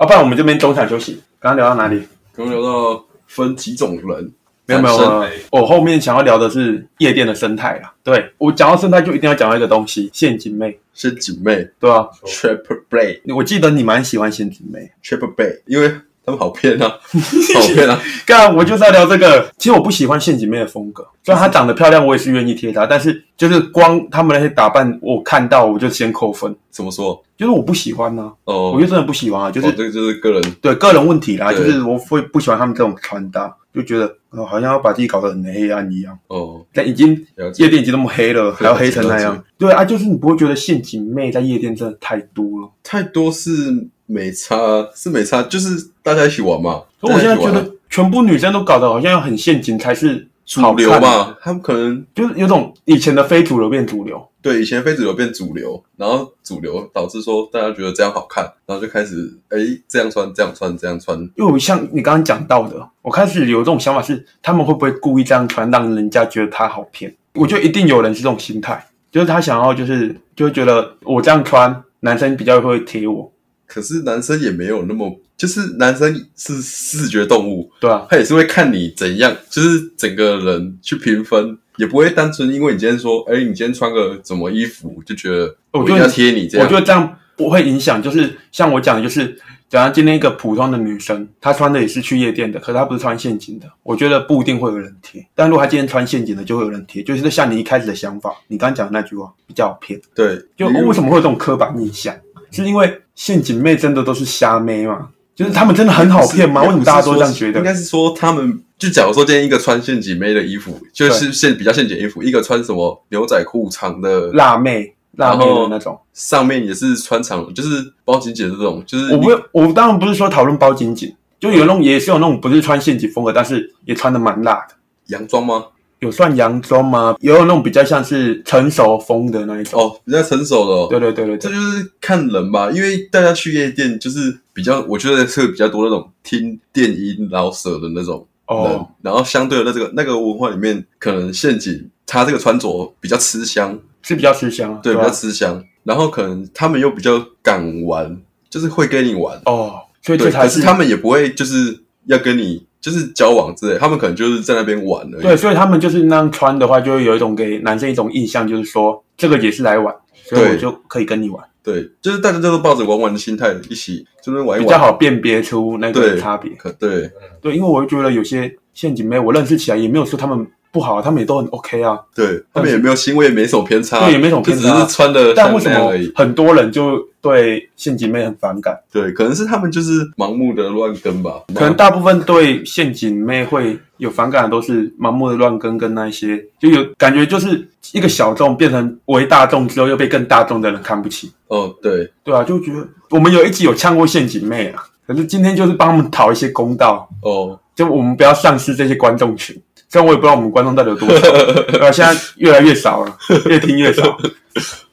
要、不然我们这边中场休息。刚刚聊到哪里？我们聊到分几种人，没有没有，男没生有我后面想要聊的是夜店的生态啦。对我讲到生态，就一定要讲到一个东西——陷阱妹，是姐妹对吧、 ，Triple Bay，Triple 我记得你蛮喜欢陷阱妹， Bay，因为他们好骗 啊，好骗啊，干，我就是要聊这个。其实我不喜欢陷阱妹的风格，虽然她长得漂亮，我也是愿意贴她，但是就是光她们那些打扮，我看到我就先扣分，怎么说？就是我不喜欢呐、哦，我就真的不喜欢啊，就是、哦这个就是个人对个人问题啦，就对是我会不喜欢她们这种穿搭，就觉得、呃好像要把自己搞得很黑暗一样，哦，但已经了解夜店已经那么黑了，还要黑成那了样解？对啊，就是你不会觉得陷阱妹在夜店真的太多了。太多是没差，是没差，就是大家一起玩嘛。所以我现在大家一觉起玩啊得全部女生都搞得好像要很陷阱才是好主流看的，嘛，他们可能就是有种以前的非主流变主流。对，以前非主流变主流，然后主流导致说大家觉得这样好看，然后就开始哎这样穿，这样穿，这样穿，因为我像你刚刚讲到的，我开始有这种想法是，他们会不会故意这样穿，让人家觉得她好骗？我觉得一定有人是这种心态，就是他想要就是就会觉得我这样穿，男生比较会贴我，可是男生也没有那么，就是男生是视觉动物，对啊，他也是会看你怎样，就是整个人去评分，也不会单纯因为你今天说，哎，你今天穿个什么衣服就觉得我我一觉定得要贴你这我样觉，得这样不会影响，就是像我讲的，就是假如今天一个普通的女生，她穿的也是去夜店的，可是她不是穿陷阱的，我觉得不一定会有人贴。但如果她今天穿陷阱的，就会有人贴，就是像你一开始的想法，你刚刚讲的那句话比较偏，对，就哦因为什么会有这种刻板印象，是因为陷阱妹真的都是瞎妹嘛？就是她们真的很好骗吗？为也什不么是大家都说这样觉嗯应得？该是说他们，就假如说今天一个穿陷阱妹的衣服，就是陷比较陷阱衣服，一个穿什么牛仔裤长的，辣妹。辣妹然的后那种，上面也是穿长，就是包紧紧的这种，就是我你不，我当然不是说讨论包紧紧，就有那种也是有那种不是穿陷阱风格，但是也穿的蛮辣的。洋装吗？有算洋装吗？也有那种比较像是成熟风的那一种。哦，比较成熟了、对对对对这对，就是看人吧，因为大家去夜店就是比较，我觉得是比较多那种听电音老舍的那种人，哦，然后相对的那这个那个文化里面，可能陷阱他这个穿着比较吃香，是比较吃香啊，对，比吧较吃香。然后可能他们又比较敢玩，就是会跟你玩，哦，所以这对。才可是他们也不会就是要跟你就是交往之类，他们可能就是在那边玩而已。对，所以他们就是那样穿的话，就会有一种给男生一种印象，就是说这个也是来玩，所以对我就可以跟你玩，对，就是大家都是抱着玩玩的心态一起就是玩一玩，比较好辨别出那个对差别。可对对，因为我会觉得有些陷阱妹，我认识起来也没有说他们不好啊，他们也都很 OK 啊，对，他们也没有行为也没什么偏差，对，也没什么就偏只差是啊。穿的但为什么而已。很多人就对陷阱妹很反感？对，可能是他们就是盲目的乱跟吧，可能大部分对陷阱妹会有反感的都是盲目的乱跟跟那一些，就有感觉就是一个小众变成为大众之后又被更大众的人看不起，哦，对，对啊，就觉得我们有一集有呛过陷阱妹啊，可是今天就是帮他们讨一些公道，哦，就我们不要丧失这些观众群。虽然我也不知道我们观众到底有多少， 对啊，现在越来越少了，越听越少，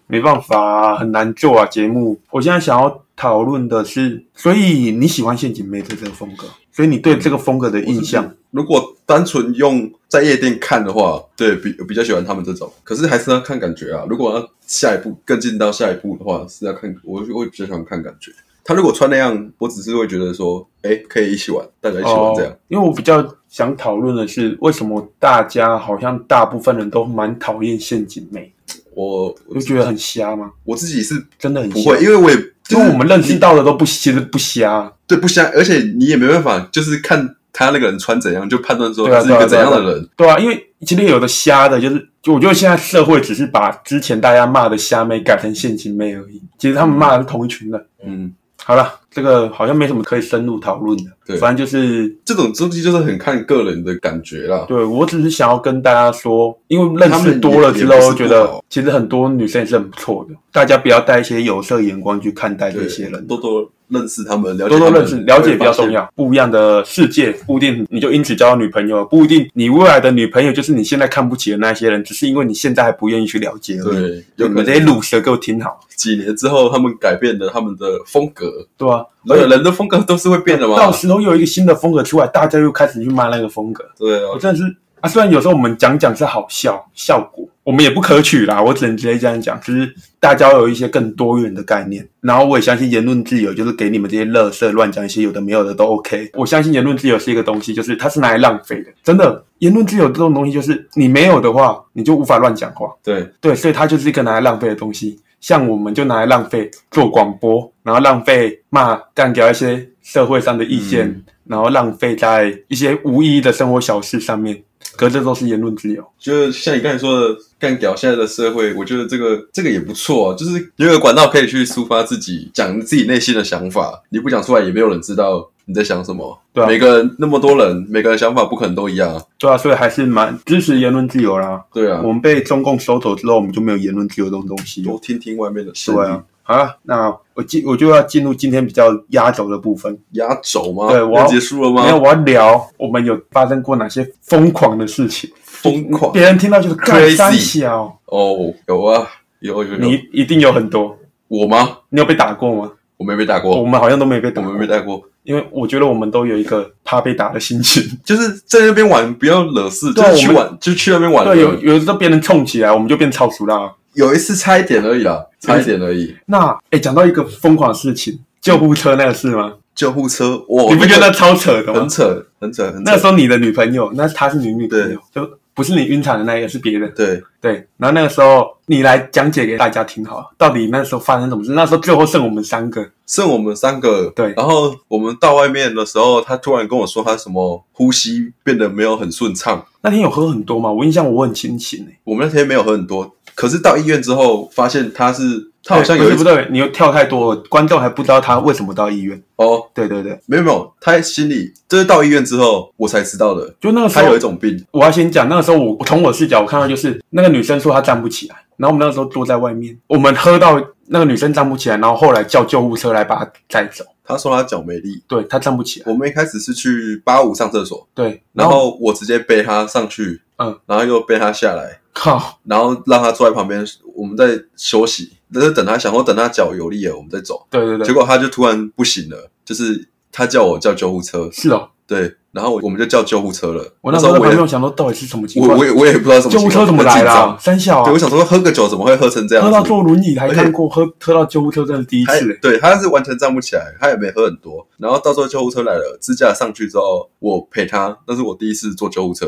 没办法啊、很难做啊节目。我现在想要讨论的是，所以你喜欢陷阱妹这个风格？所以你对这个风格的印象，如果单纯用在夜店看的话，对比比较喜欢他们这种，可是还是要看感觉啊。如果要下一步更进到下一步的话，是要看我我会比较喜欢看感觉。他如果穿那样，我只是会觉得说，哎，可以一起玩，大家一起玩这样。哦因为我比较想讨论的是，为什么大家好像大部分人都蛮讨厌陷阱妹，我就我觉得很瞎吗？我自己是真的很瞎不会，因为我也因为我们认识到的都不其实不瞎，对不相，而且你也没办法，就是看他那个人穿怎样，就判断说对啊他是一对啊个怎样对的人。对啊，因为今天有的瞎的，就是就我觉得现在社会只是把之前大家骂的瞎妹改成陷阱妹而已，其实他们骂的是同一群人。嗯，好了，这个好像没什么可以深入讨论的，对反正就是这种东西就是很看个人的感觉啦。对我只是想要跟大家说，因为认他们识也多了之也不后，是觉不得好其实很多女生也是很不错的，大家不要带一些有色眼光去看待这对，些人。多多认识他们，了解多他多们认识、了解比较重。会发现要。不一样的世界，不一定你就因此交到女朋友，不一定你未来的女朋友就是你现在看不起的那些人，只是因为你现在还不愿意去了解而已。对，有你可们这些能卤蛇给我听好，几年之后，他们改变了他们的风格。对吧、而且人人的风格都是会变的嘛。到时候又有一个新的风格出来，大家又开始去骂那个风格。对我啊，真的是啊，虽然有时候我们讲讲是好笑效果，我们也不可取啦，我只能直接这样讲，就是大家要有一些更多元的概念。然后我也相信言论自由，就是给你们这些乐色乱讲一些有的没有的都 OK。我相信言论自由是一个东西，就是它是拿来浪费的，真的。言论自由这种东西，就是你没有的话，你就无法乱讲话。对，对，所以它就是一个拿来浪费的东西。像我们就拿来浪费做广播，然后浪费骂干掉一些社会上的意见，嗯然后浪费在一些无意义的生活小事上面。可这都是言论自由。就是像你刚才说的，干屌现在的社会，我觉得这个这个也不错、啊，就是有一个管道可以去抒发自己，讲自己内心的想法。你不讲出来，也没有人知道你在想什么。对啊每个人那么多人，每个人想法不可能都一样啊。对啊，所以还是蛮支持言论自由啦。对啊我，们被中共收走之后，我们就没有言论自由这种东西了多听听外面的声对音啊。，好了，那我进我就要进入今天比较压轴的部分。压轴吗？对我要要结束了没有，吗？我要聊我们有发生过哪些疯狂的事情，疯狂别人听到就是干 Crazy 三小，哦，有啊，有有有。你一定有很多。我吗？你有被打过吗？我没被打我过，们好像都没被打我过，没被打过。因为我觉得我们都有一个怕被打的心情。就是在那边玩，不要惹事，就对啊是去我们玩，就去那边玩。对，有有的时候别人冲起来，我们就变超熟啦。有一次差一点而已啦，差一点而已。那哎，讲到一个疯狂的事情，救护车那个事吗？救护车，哇，你不觉得超扯那的个吗很？扯，很扯，很扯？那时候你的女朋友，那她是你女朋友，就不是你晕船的那个，是别人。对，对，然后那个时候你来讲解给大家听好了，到底那时候发生什么事？那时候最后剩我们三个，剩我们三个。对然后我们到外面的时候，他突然跟我说他什么呼吸变得没有很顺畅。那天有喝很多嘛？我印象我很欸清醒诶、我们那天没有喝很多，可是到医院之后发现他是他好像有对一不对？不对你又跳太多了，观众还不知道他为什么到医院。哦，对对对，没有没有，他心里这是到医院之后我才知道的，就那个时他候有一种病，我要先讲，那个时候我从我视角我看到就是那个女生说她站不起来，然后我们那个时候坐在外面，我们喝到那个女生站不起来，然后后来叫救护车来把她载走。他说他脚没力。对她站不起来，我们一开始是去八五上厕所，对，然后我直接背他上去，嗯，然后又背他下来，靠，然后让他坐在旁边，我们在休息，但是等他想说等他脚有力了我们再走，对对结对，果他就突然不行了，就是他叫我叫救护车，是哦，对，然后我们就叫救护车了。我那时时候候在我旁也边我想说到底是什么情我况我，也我也不知道什么救护车情况怎么很来紧啦张？三小啊对，我，想说喝个酒怎么会喝成这样喝子？到坐轮椅还而且看过，喝喝到救护车真的第一他次、欸，对他是完全站不起来，他也没喝很多。然后到时候救护车来了，支架上去之后，我陪他，那是我第一次坐救护 车，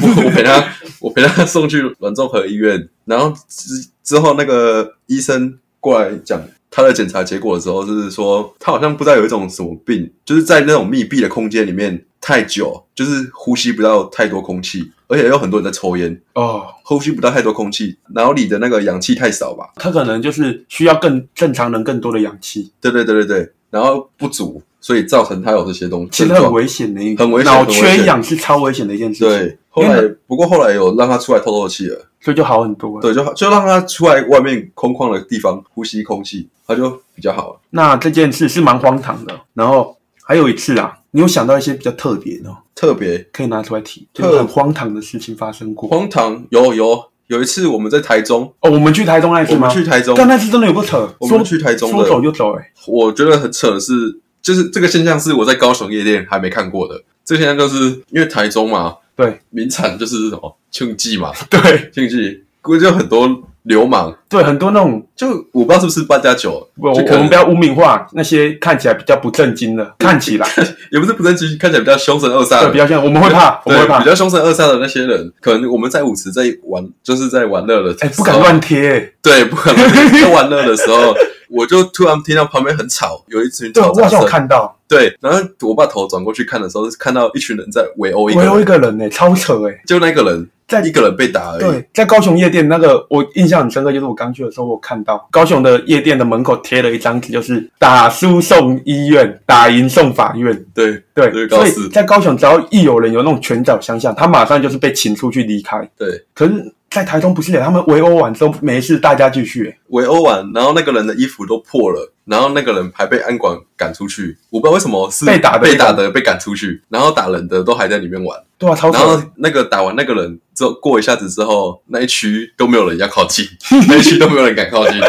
我我陪他，我陪他送去软综合医院。然后之之后那个医生过来讲他的检查结果的时候，就是说他好像不知道有一种什么病，就是在那种密闭的空间里面太久，就是呼吸不到太多空气，而且有很多人在抽烟，哦，呼吸不到太多空气，然后你的那个氧气太少吧。他可能就是需要更正常人更多的氧气，对对对对对，然后不足，所以造成他有这些东西。其实很危险的一，很危险脑很危险缺氧是超危险的一件事情，对，后因来为不过后来有让他出来透透气了，所以就好很多了。对，就就让他出来外面空旷的地方呼吸空气，他就比较好了。那这件事是蛮荒唐的。然后还有一次啊，你有想到一些比较特别的哦，特别可以拿出来提，特就是很荒唐的事情发生过。荒唐，有有有一次我们在台中，哦，我们去台中那一次我吗？们去台中，但那次真的有个扯，我们说去台中说的走就走、欸，哎，我觉得很扯的是，就是这个现象是我在高雄夜店还没看过的。这个现象就是因为台中嘛， 对名产就是什么庆记嘛，对庆记估计有很多流氓，对，很多那种，就我不知道是不是八加九，我就我可们能不要污名化那些看起来比较不正经的，看 起来也不是不正经，看起来比较凶神恶煞对的，比较像，我们会怕，我们会对怕比，较凶神恶煞的那些人，可能我们在舞池在玩，就是在玩乐的，哎，不敢，乱贴，欸对，不敢乱，在玩乐的时候，我就突然听到旁边很吵，有一群对，吵我好杂像有声，看到，对，然后我把头转过去看的时候，是看到一群人在围殴一个我有一人，个人哎，超扯哎，就那个人在一个人被打而已，对，在高雄夜店那个，我印象很深刻，就是我刚去的时候，我看到高雄的夜店的门口贴了一张纸，就是打输送医院，打赢送法院。对就是对，高所四以在高雄，只要一有人有那种拳脚相向，他马上就是被请出去离开。对，可是，在台中不是耶，他们围殴完之后没事，大家继续耶。围殴完，然后那个人的衣服都破了，然后那个人还被安管赶出去，我不知道为什么是被打的被打的被赶出去，然后打人的都还在里面玩，对啊，超然后扯。那个打完那个人之后，过一下子之后，那一区都没有人要靠近， 那一区都没有人敢靠近，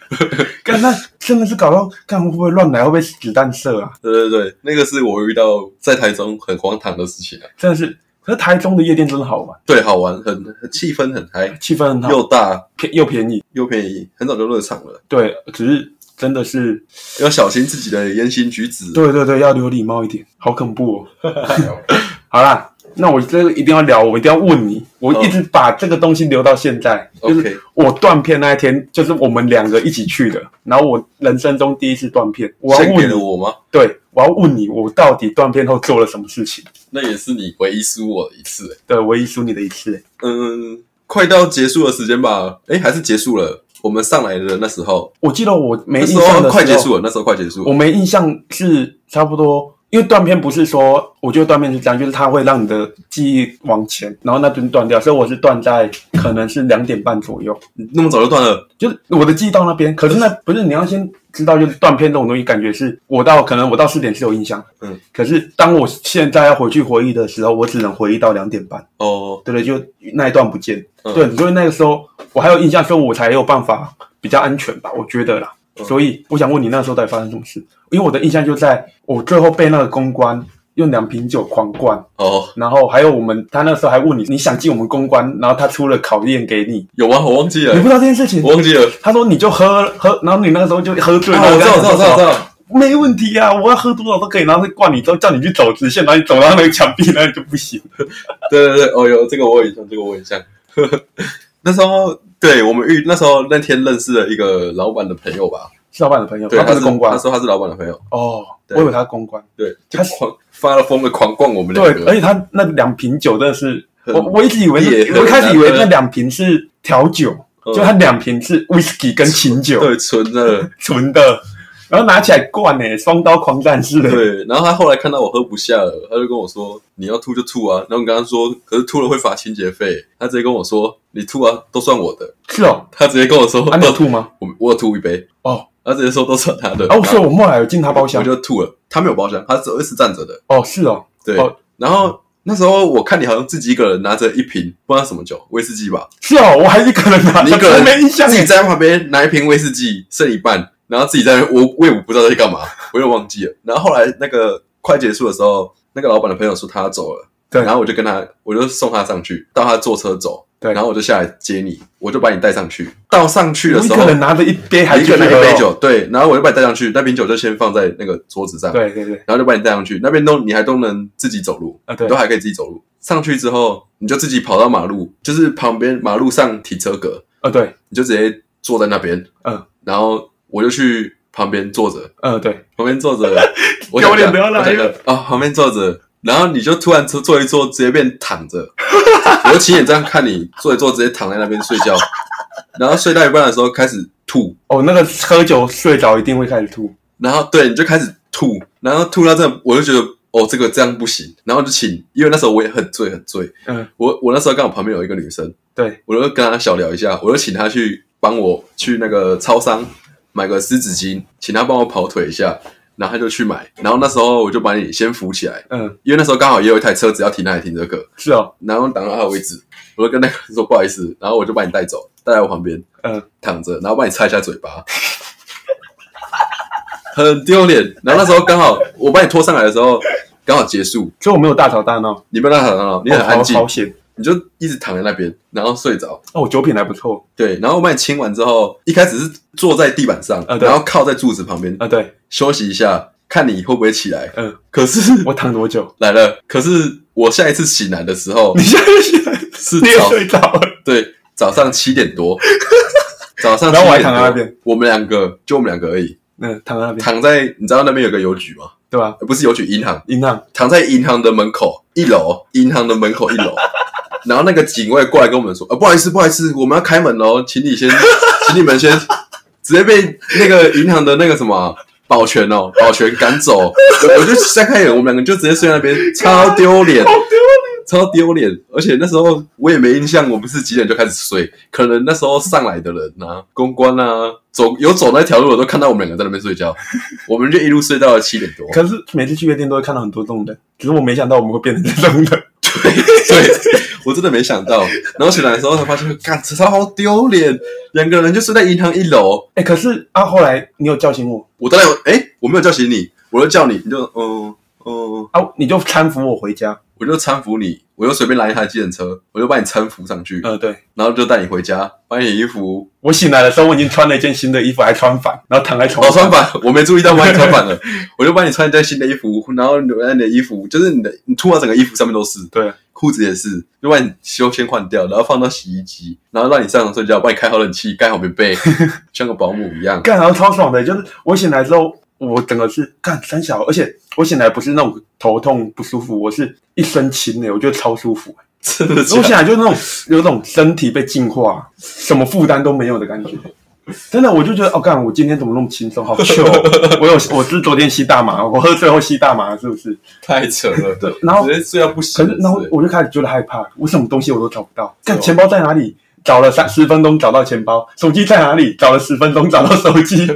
干那真的是搞到，看会不会乱来，会不会子弹射啊？对对对，那个是我遇到在台中很荒唐的事情啊，真的是。可是台中的夜店真的好玩，对，好玩，很很气氛很嗨，气氛很好，又大便又便宜。又便宜，很早就热场了，对，只是真的是要小心自己的言行举止。对对对，要有礼貌一点，好恐怖哦！好啦，那我这个一定要聊，我一定要问你，我一直把这个东西留到现在，就是 OK 我断片那一天，就是我们两个一起去的，然后我人生中第一次断片，我要献给问了你，我吗？对，我要问你，我到底断片后做了什么事情？那也是你唯一输我一次、欸对，唯一输你的一次，嗯，快到结束的时间吧？哎，还是结束了。我们上来的那时候，我记得我那没印时象候的快结了，束了，那时候快结束我了。没印象是差不多。因为断片不是说，我觉得断片是这样，就是它会让你的记忆往前，然后那边断掉，所以我是断在可能是两点半左右。你那么早就断了，就是我的记忆到那边，可是那不是你要先知道，就是断片这种东西，感觉是我到可能我到四点是有印象，嗯，可是当我现在要回去回忆的时候，我只能回忆到两点半，哦，对不对？就那一段不见，嗯对，所以那个时候我还有印象，所以我才有办法比较安全吧，我觉得啦。嗯所以我想问你那时候到底发生什么事？因为我的印象就在我最后被那个公关用两瓶酒狂灌，哦，然后还有我们他那时候还问你你想进我们公关，然后他出了考验给你，有吗？我忘记了你不，知道这件事情，我忘记了。他说你就喝喝，然后你那个时候就喝醉了。啊啊，我然后知跟道，他我知道，我知道，我知说道。没问题啊，我要喝多少都可以。然后他灌你之后叫你去走直线，然后你走到那个墙壁那里就不行。对对对，哦，有这个我有印象，这个我有印象。那时候，对我们遇那时候那天认识了一个老板的朋友吧？是老板的朋友，对，他不他是公关他说他是老板的朋友，哦，对我以为他是公关。对，就他狂发了疯的狂逛我们对哎两，而个。且他那两瓶酒真的是，很我我一直以为烈是，很我一开始以为那难喝两瓶是调酒，嗯就他两瓶是 whisky 跟琴酒对，纯 的，纯的，然后拿起来灌诶，双刀狂战士的。对，然后他后来看到我喝不下了，他就跟我说：“你要吐就吐啊。”然后我跟他说：“可是吐了会罚清洁费。”他直接跟我说：“你吐啊，都算我的。是哦”，他直接跟我说：“啊，你有都吐吗？我我有吐一杯。哦，”他直接说：“都算他的。”哦，所以我后来有进他包厢呃我。就吐了。他没有包厢，他只是站着的。哦，是哦，对，哦然后那时候我看你好像自己一个人拿着一瓶不知道什么酒，威士忌吧，是哦，我还一个人拿，你一个人我没印象自诶己。在旁边拿一瓶威士忌，剩一半，然后自己在那边我我也不知道在干嘛，我也忘记了。然后后来那个快结束的时候，那个老板的朋友说他要走了，对然后我就跟他，我就送他上去，到他坐车走，对然后我就下来接你，我就把你带上去。到上去的一时个候，人拿着一杯还你一个人拿继续喝一哦杯，酒，对，然后我就把你带上去，那瓶酒就先放在那个桌子上，哦对对对，然后就把你带上去，那边都你还都能自己走路，啊对都，还可以自己走路。上去之后，你就自己跑到马路，就是旁边马路上停车格，啊对，你就直接坐在那边，嗯，然后我就去旁边坐着，嗯对，旁边 坐着，我想丢脸想不要来我想想啊，旁边坐着，然后你就突然坐坐一坐，直接变躺着， 我就亲眼这样看你坐一坐，直接躺在那边睡觉，然后睡到一半的时候开始吐，哦那个喝酒睡着一定会开始吐，然后对你就开始吐，然后吐到这，我就觉得。哦，这个这样不行，然后就请，因为那时候我也很醉很醉，嗯我我那时候刚好旁边有一个女生，对，我就跟她小聊一下，我就请她去帮我去那个超商买个湿纸巾，请她帮我跑腿一下，然后她就去买，然后那时候我就把你先扶起来，嗯因为那时候刚好也有一台车子要停那里停车格，是哦，然后挡到她的位置，我就跟那个人说不好意思， 然后我就把你带走，带在我旁边嗯躺着，然后帮你擦一下嘴巴， 很丢脸。然后那时候刚好我把你拖上来的时候，刚好结束，所以我没有大吵大闹，你没有让他很好，你很哦安静好，好险。你就一直躺在那边，然后睡着。哦，我酒品还不错对，然后我把你亲完之后，一开始是坐在地板上，啊对然后靠在柱子旁边啊。对，休息一下，看你会不会起来。嗯，可是我躺多久？来了，可是我下一次醒来的时候 你现在起来，是你也早睡着了。对早上七点 多，早上然后我还7点躺在多那边，我们两个就我们两个而已，嗯，躺在那边，躺在你知道那边有个邮局吗？对吧？呃不是邮局，银行，银行，躺在银行的门口一楼，银行的门口一楼， 然后那个警卫过来跟我们说，呃，不好意思，不好意思，我们要开门哦，请你先，请你们先，直接被那个银行的那个什么保全哦，保全赶走，我我就睁开眼，我们两个就直接睡在那边，超丢脸好。丢超丢脸，而且那时候我也没印象，我们是几点就开始睡，可能那时候上来的人啊，公关啊，走有走那条路的都看到我们两个在那边睡觉，我们就一路睡到了七点多。可是每次去夜店都会看到很多这种人，只是我没想到我们会变成这种 人。对，我真的没想到。然后醒来的时候才发现，干，超好丢脸，两个人就睡在银行一楼。 哎、可是啊，后来你有叫醒我我当然有，哎、我没有叫醒你，我就叫你，你就嗯嗯，啊，你就搀扶我回家。我就搀扶你，我就随便拦一台计程车，我就把你搀扶上去，嗯、对。然后就带你回家，把你衣服我醒来的时候，我已经穿了一件新的衣服，还穿反，然后躺在床哦上。穿反，我没注意到帮你穿反了，我就帮你穿一件新的衣服，然后你你的衣服就是你的，你吐到整个衣服上面都是，对，裤子也是，就把你修先换掉，然后放到洗衣机，然后让你上床睡觉，帮你开好冷气，盖好棉 被，像个保姆一样。干，然后超爽的，就是我醒来之后，我整个是干三小，而且我醒来不是那种头痛不舒服，我是一身轻的，我觉得超舒服。真的我醒来啊就是那种有种身体被净化，什么负担都没有的感觉。真的，我就觉得哦，干，我今天怎么那么轻松，好 chill 哦。我有，我是昨天吸大麻，我喝醉后吸大麻，是不是？太扯了，对，然后直接睡到不行。可是，然后是我就开始觉得害怕，我什么东西我都找不到，看对哦钱包在哪里？找了三十分钟找到钱包，手机在哪里？找了十分钟找到手 机，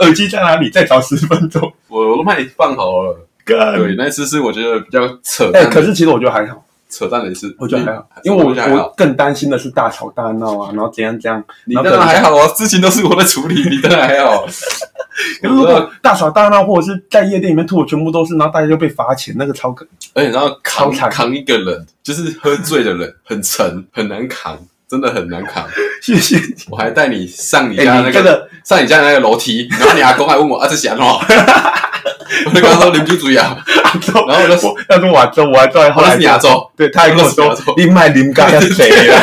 耳机在哪里？再找十分钟。我我都帮你放好了。干对，那一次是我觉得比较扯哎、淡，可是其实我觉得还好，扯淡的一次，我觉得还好，啊你因为我我觉得还我好，更担心的是大吵大闹啊，然后怎样怎样。你然当后可然能还好啊，事情都是我在处理，你当然还 好。啊可是如我知道果大吵大闹，或者是在夜店里面吐的全部都是，然后大家就被罚钱，那个超可。而且然后扛超惨扛一个人，就是喝醉的人，很沉，很难扛，真的很难扛。谢谢你。我还带你上你哎、家你那真个的上你家那个楼梯，然后你阿公还问我啊这是安怎样？ 我就跟他说邻居注意啊，阿周，然后我就说 我要说瓦周，我还在后哦那来是你阿周，对，他还跟我那说是你阿周你买林干是谁啊呀？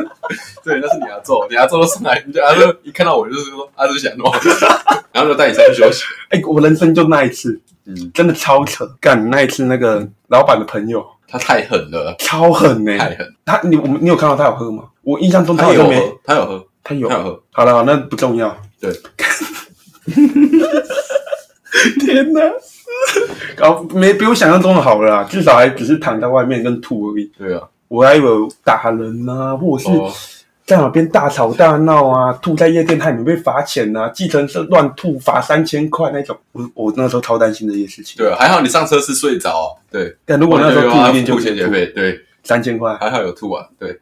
对，那是你阿周，你阿周都上来，你就阿周一看到我就是说啊这是安怎样？ 然后就带你上去休息。 哎、我人生就那一次，嗯，真的超扯。干那一次，那个老板的朋友他太狠了，超狠呢、太狠。他你我们你有看到他有喝吗？我印象中他他好有像没，喝，他有喝，他有他。有喝。好了，那不重要。对， 天哪！ 搞没比我想象中的好了啦，至少还只是躺在外面跟吐而已。对啊，我还以为打人啊，或者哦是，在哪边大吵大闹啊，吐在夜店害你被罚钱啊，计程车乱吐罚三千块那种。我我那时候超担心这些事情。对啊，还好你上车是睡着，啊对，但如果那时候吐一定就啊付钱学费，对，三千块。还好有吐啊，对，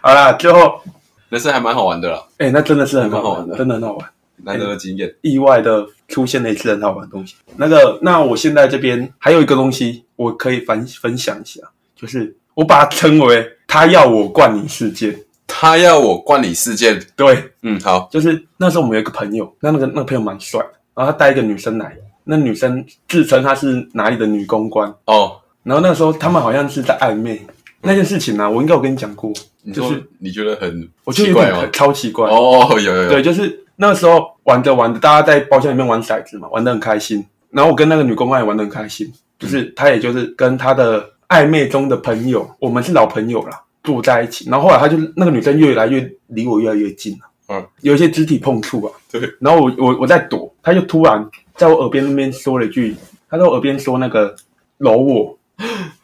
好啦，最后那是还蛮好玩的啦，哎、那真的是很好蛮好玩玩的真的很好玩。难得的经验。意外的出现了一次很好玩的东西。那个，那我现在这边还有一个东西，我可以分分享一下，就是我把它称为“他要我灌你事件他要我灌你事件，”。对，嗯，好，就是那时候我们有一个朋友，那那个那个朋友蛮帅的，然后他带一个女生来，那女生自称她是哪里的女公关，哦，然后那时候他们好像是在暧昧。那件事情呢、我应该有跟你讲过，你就说是你觉得很我觉得奇有怪点吗？超奇怪。哦，有有有，对，就是那时候玩着玩着，大家在包厢里面玩骰子嘛，玩得很开心。然后我跟那个女公关也玩得很开心，就是她也就是跟她的暧昧中的朋友，我们是老朋友啦，住在一起。然后后来她就那个女生越来越离我越来越近了，嗯，有一些肢体碰触啊。对。然后我我我在躲，她就突然在我耳边那边说了一句，她在我耳边说那个搂我，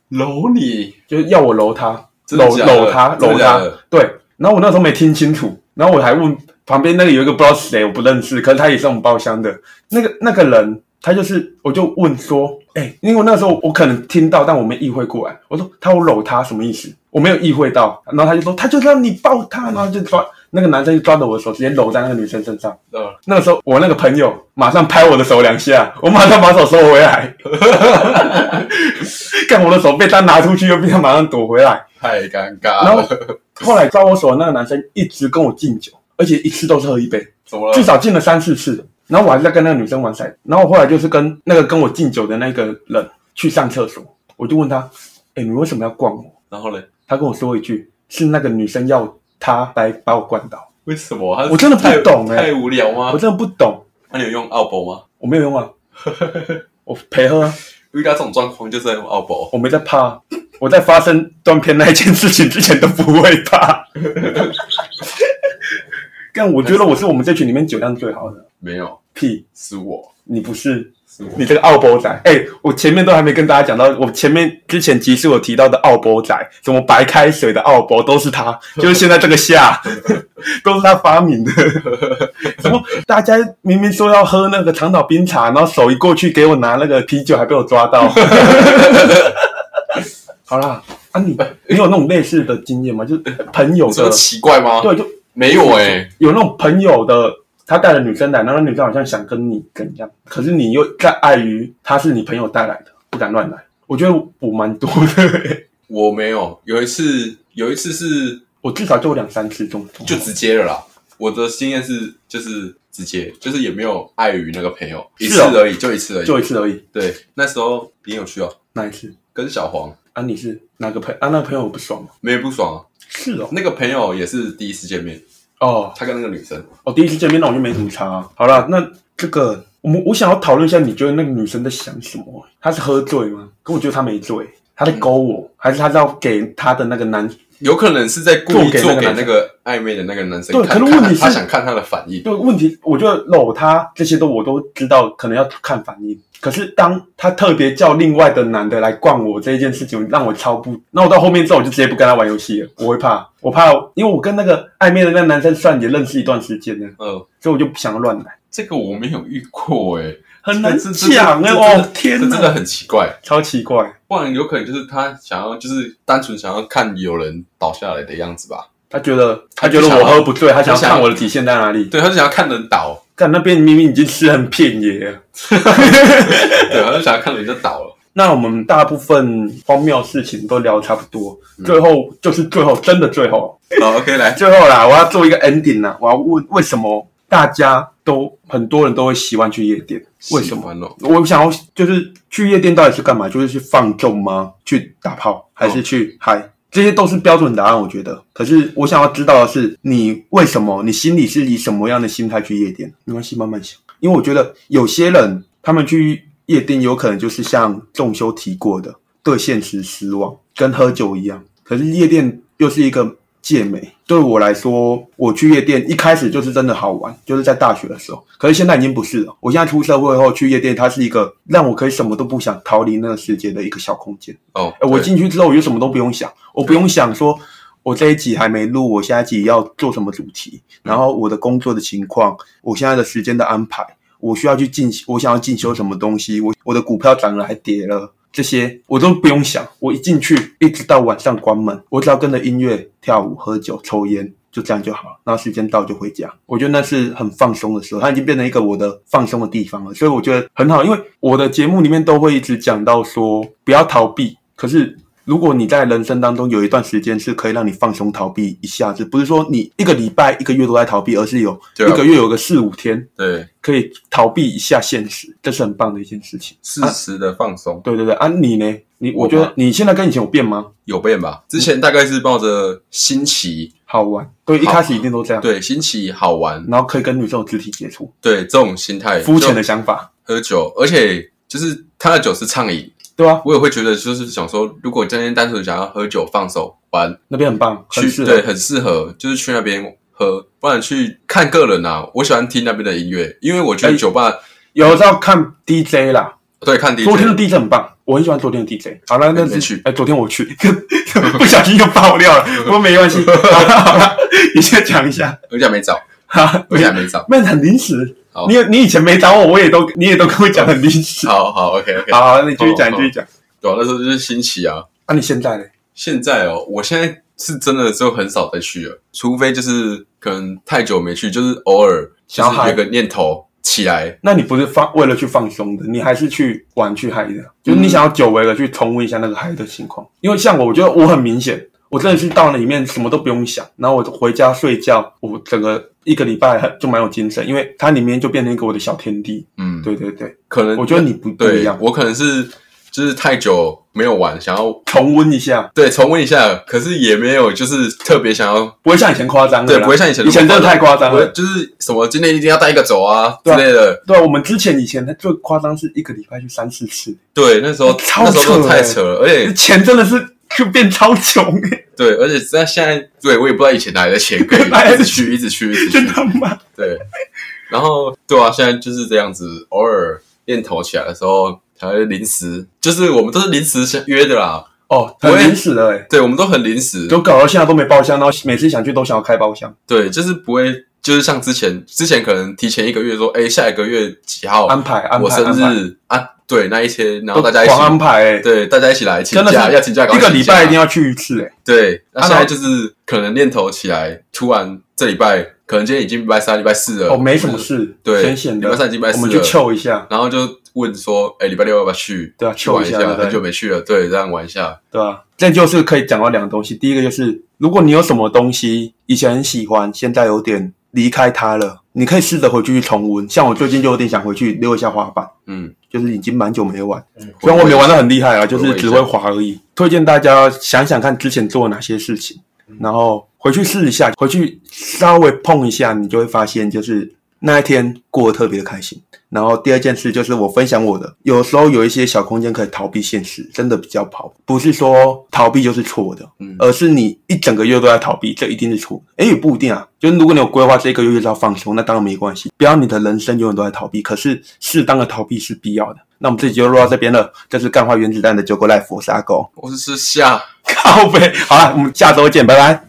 搂你，就是要我搂她，真的搂假的搂她，真的搂假她的。对，然后我那时候没听清楚，然后我还问旁边那个有一个不知道是谁，我不认识，可是他也是我们包厢的那个那个人，他就是，我就问说，哎、因为那时候我可能听到，但我没意会过来。我说他有搂他什么意思？我没有意会到。然后他就说，他就让你抱他，然后就抓那个男生就抓着我的手，直接搂在那个女生身上。嗯，那个时候我那个朋友马上拍我的手两下，我马上把手收回来。 看我的手被他拿出去，又被他马上躲回来。太尴尬然后了，后来抓我手的那个男生一直跟我敬酒，而且一次都是喝一杯。怎么了？至少进了三四次。然后我还是在跟那个女生玩骰，然后我后来就是跟那个跟我敬酒的那个人去上厕所，我就问他：“哎、你为什么要灌我然后嘞，？”他跟我说一句：“是那个女生要他来把我灌倒。为什么？他我真的不太懂欸太无聊”我吗？啊真的不懂，那你有用奥博吗？我没有用啊，我陪喝啊，遇到这种状况就是要用奥博，我没在怕啊，我在发生断片那一件事情之前都不会怕。但我觉得我是我们这群里面酒量最好的，没有，屁，是我，你不是。是我。你这个澳博仔，哎、我前面都还没跟大家讲到，我前面之前集数有提到的澳博仔，什么白开水的澳博都是他，就是现在这 个夏，都是他发明的。什么大家明明说要喝那个长岛冰茶，然后手一过去给我拿那个啤酒，还被我抓 到。好啦，啊你你有那种类似的经验吗？就是朋友有这么的，奇怪吗？对，就没有哎、有那种朋友的，他带了女生来，然后那女生好像想跟你怎样，可是你又在碍于他是你朋友带来的，不敢乱来。我觉得我蛮多的， 我没有。有一次，有一次是我至少就有两三次中毒。就直接了啦。我的经验是就是直接，就是也没有碍于那个朋友，一是次哦而已，就一次而已。就一次而已，对，那时候你有去哦，那一次跟小黄啊？你是哪个朋啊？那个朋友我不爽吗？没有不爽、啊。是哦，那个朋友也是第一次见面，哦，他跟那个女生，我第一次见面，那我就没什么差、好了，那这个我们我想要讨论一下，你觉得那个女生在想什么？她是喝醉吗？可我觉得她没醉，她在勾我，还是她是要给她的那个男有可能是在故意做做给给那个男生那个暧昧的那个男生对看，可是问看题是他想看他的反应。对，问题我觉得搂他这些都我都知道，可能要看反应。可是当他特别叫另外的男的来灌我这一件事情，让我超不。那我到后面之后，我就直接不跟他玩游戏了。我会怕，我怕，因为我跟那个暧昧的那个男生算也认识一段时间了，呃，所以我就不想要乱来，这个我没有遇过哎、欸，很难这这这讲哎、这哦这天这哪，真的很奇怪。超奇怪。不然有可能就是他想要，就是单纯想要看有人倒下来的样子吧。他觉得他他觉就得想我要喝不醉，他想要他想要看我的底线在哪里。对，他就想要看人倒，但那边明明已经吃很遍野了。对，他就想要看人家倒 了。那我们大部分荒谬事情都聊得差不多，最后就是最后，真的最后，好，OK，来，最后啦，我要做一个 ending 啦，我要问为什么大家都很多人都会喜欢去夜店？为什么？喜欢哦？我想要就是去夜店到底是干嘛？就是去放纵吗？去打炮还是去嗨、这些都是标准答案，我觉得。可是我想要知道的是，你为什么？你心里是以什么样的心态去夜店？没关系，慢慢想。因为我觉得有些人他们去夜店，有可能就是像仲修提过的，对现实失望，跟喝酒一样。可是夜店又是一个健美。对我来说，我去夜店一开始就是真的好玩，就是在大学的时候。可是现在已经不是了，我现在出社会后去夜店，它是一个让我可以什么都不想，逃离那个世界的一个小空间。哦，哎，我对进去之后我就什么都不用想，我不用想说我这一集还没录，我下一集要做什么主题，然后我的工作的情况，我现在的时间的安排，我需要去进，我想要进修什么东西，我我的股票涨了还跌了。这些我都不用想，我一进去，一直到晚上关门，我只要跟着音乐跳舞、喝酒、抽烟，就这样就好。然后时间到就回家，我觉得那是很放松的时候，它已经变成一个我的放松的地方了，所以我觉得很好。因为我的节目里面都会一直讲到说不要逃避，可是如果你在人生当中有一段时间是可以让你放松逃避一下子，不是说你一个礼拜、一个月都在逃避，而是有对啊一个啊月有个四五天对可以逃避一下现实，这是很棒的一件事情。适时的放松、对对对，啊，你呢？你我我觉吗得你现在跟以前有变吗？有变吧？之前大概是抱着新奇，好玩，对，一好开始一定都这样，，对新奇好玩，然后可以跟女生有肢体接触，对这种心态，肤浅的想法，喝酒，而且就是他的酒是畅饮，对啊，我也会觉得就是想说，如果今天单纯想要喝酒放手玩，那边很棒，去很适对合，很适合，就是去那边喝，不然去看个人啊。我喜欢听那边的音乐，因为我觉得哎酒吧、有时候看 DJ 啦，对看 DJ，昨天的 DJ 很棒，我很喜欢昨天的 DJ。好了，那没是去哎，昨天我去， 不小心就爆料了， 不过没关系，好了好了，你先讲一下，而且还没找，哈， 而且还没找，那很临时，好你你以前没找我，我也都你也都跟我讲很离奇。好好，OK OK，好，好，你继续讲，好继续讲。对、啊，那时候就是新奇啊。那你现在呢？现在哦，我现在是真的就很少再去了，除非就是可能太久没去，就是偶尔就小是海有个念头起来，那你不是放为了去放松的，你还是去玩去嗨的，就是你想要久违的去重温一下那个嗨的情况。因为像我，我觉得我很明显，我真的是到了里面什么都不用想，然后我回家睡觉，我整个一个礼拜很就蛮有精神，因为它里面就变成一个我的小天地。嗯，，对对对，可能我觉得你不不一对样，我可能是就是太久没有玩，想要重温一下，对重温一下，可是也没有就是特别想要不会像以前夸张了啦，对，不会像以前那么以前真的太夸张我了。就是什么今天一定要带一个走啊之对啊类的。对啊，我们之前以前最夸张是一个礼拜去三四次，对，那时候啊超那时候都扯太欸扯了，而且钱真的是就变超穷、欸，对，而且在现在，对我也不知道以前哪来的钱可以哪来 一直的去，一直去，一直真去。的吗？对，然后对啊，现在就是这样子，偶尔念头起来的时候，才会临时，就是我们都是临时相约的啦。哦，不会很临时的哎、对，我们都很临时，就搞到现在都没包厢，然后每次想去都想要开包厢，对，就是不会，就是像之前，之前可能提前一个月说，哎，下一个月几号安排安我排生安排，日啊，对，那一天，然后大都家一狂安起，排哎、对，大家一起来请真的假，是要请假，一个礼拜一定要。要去一次哎、对，那啊现在然后就是可能念头起来，突然这礼拜可能今天已经礼拜三、礼拜四了，哦没什么或者事，对闲闲礼的，拜三礼拜四我们去了 chill 一下，然后就问说，哎、礼拜六要不要去？对啊去玩秀一下，下对不对很久没去了，对，这样玩一下，对吧、这就是可以讲到两个东西，第一个就是如果你有什么东西以前很喜欢，现在有点离开它了，你可以试着回去去重温。像我最近就有点想回去溜一下滑板，嗯，就是已经蛮久没玩，回虽味然我没玩的很厉害啊，就回是味一只下会滑而已。推荐大家想想看之前做哪些事情，嗯然后回去试一下，回去稍微碰一下，你就会发现，就是那一天过得特别开心。然后第二件事就是我分享我的，有时候有一些小空间可以逃避现实，真的比较好，不是说逃避就是错的，嗯而是你一整个月都在逃避，这一定是错的。哎，也不一定啊，就是如果你有规划这一个月就是要放松，那当然没关系。不要你的人生永远都在逃避，可是适当的逃避是必要的。那我们这集就录到这边了，这是干化原子弹的九狗 life，我是阿狗，我是吃虾。靠背，好了，我们下周见，拜拜。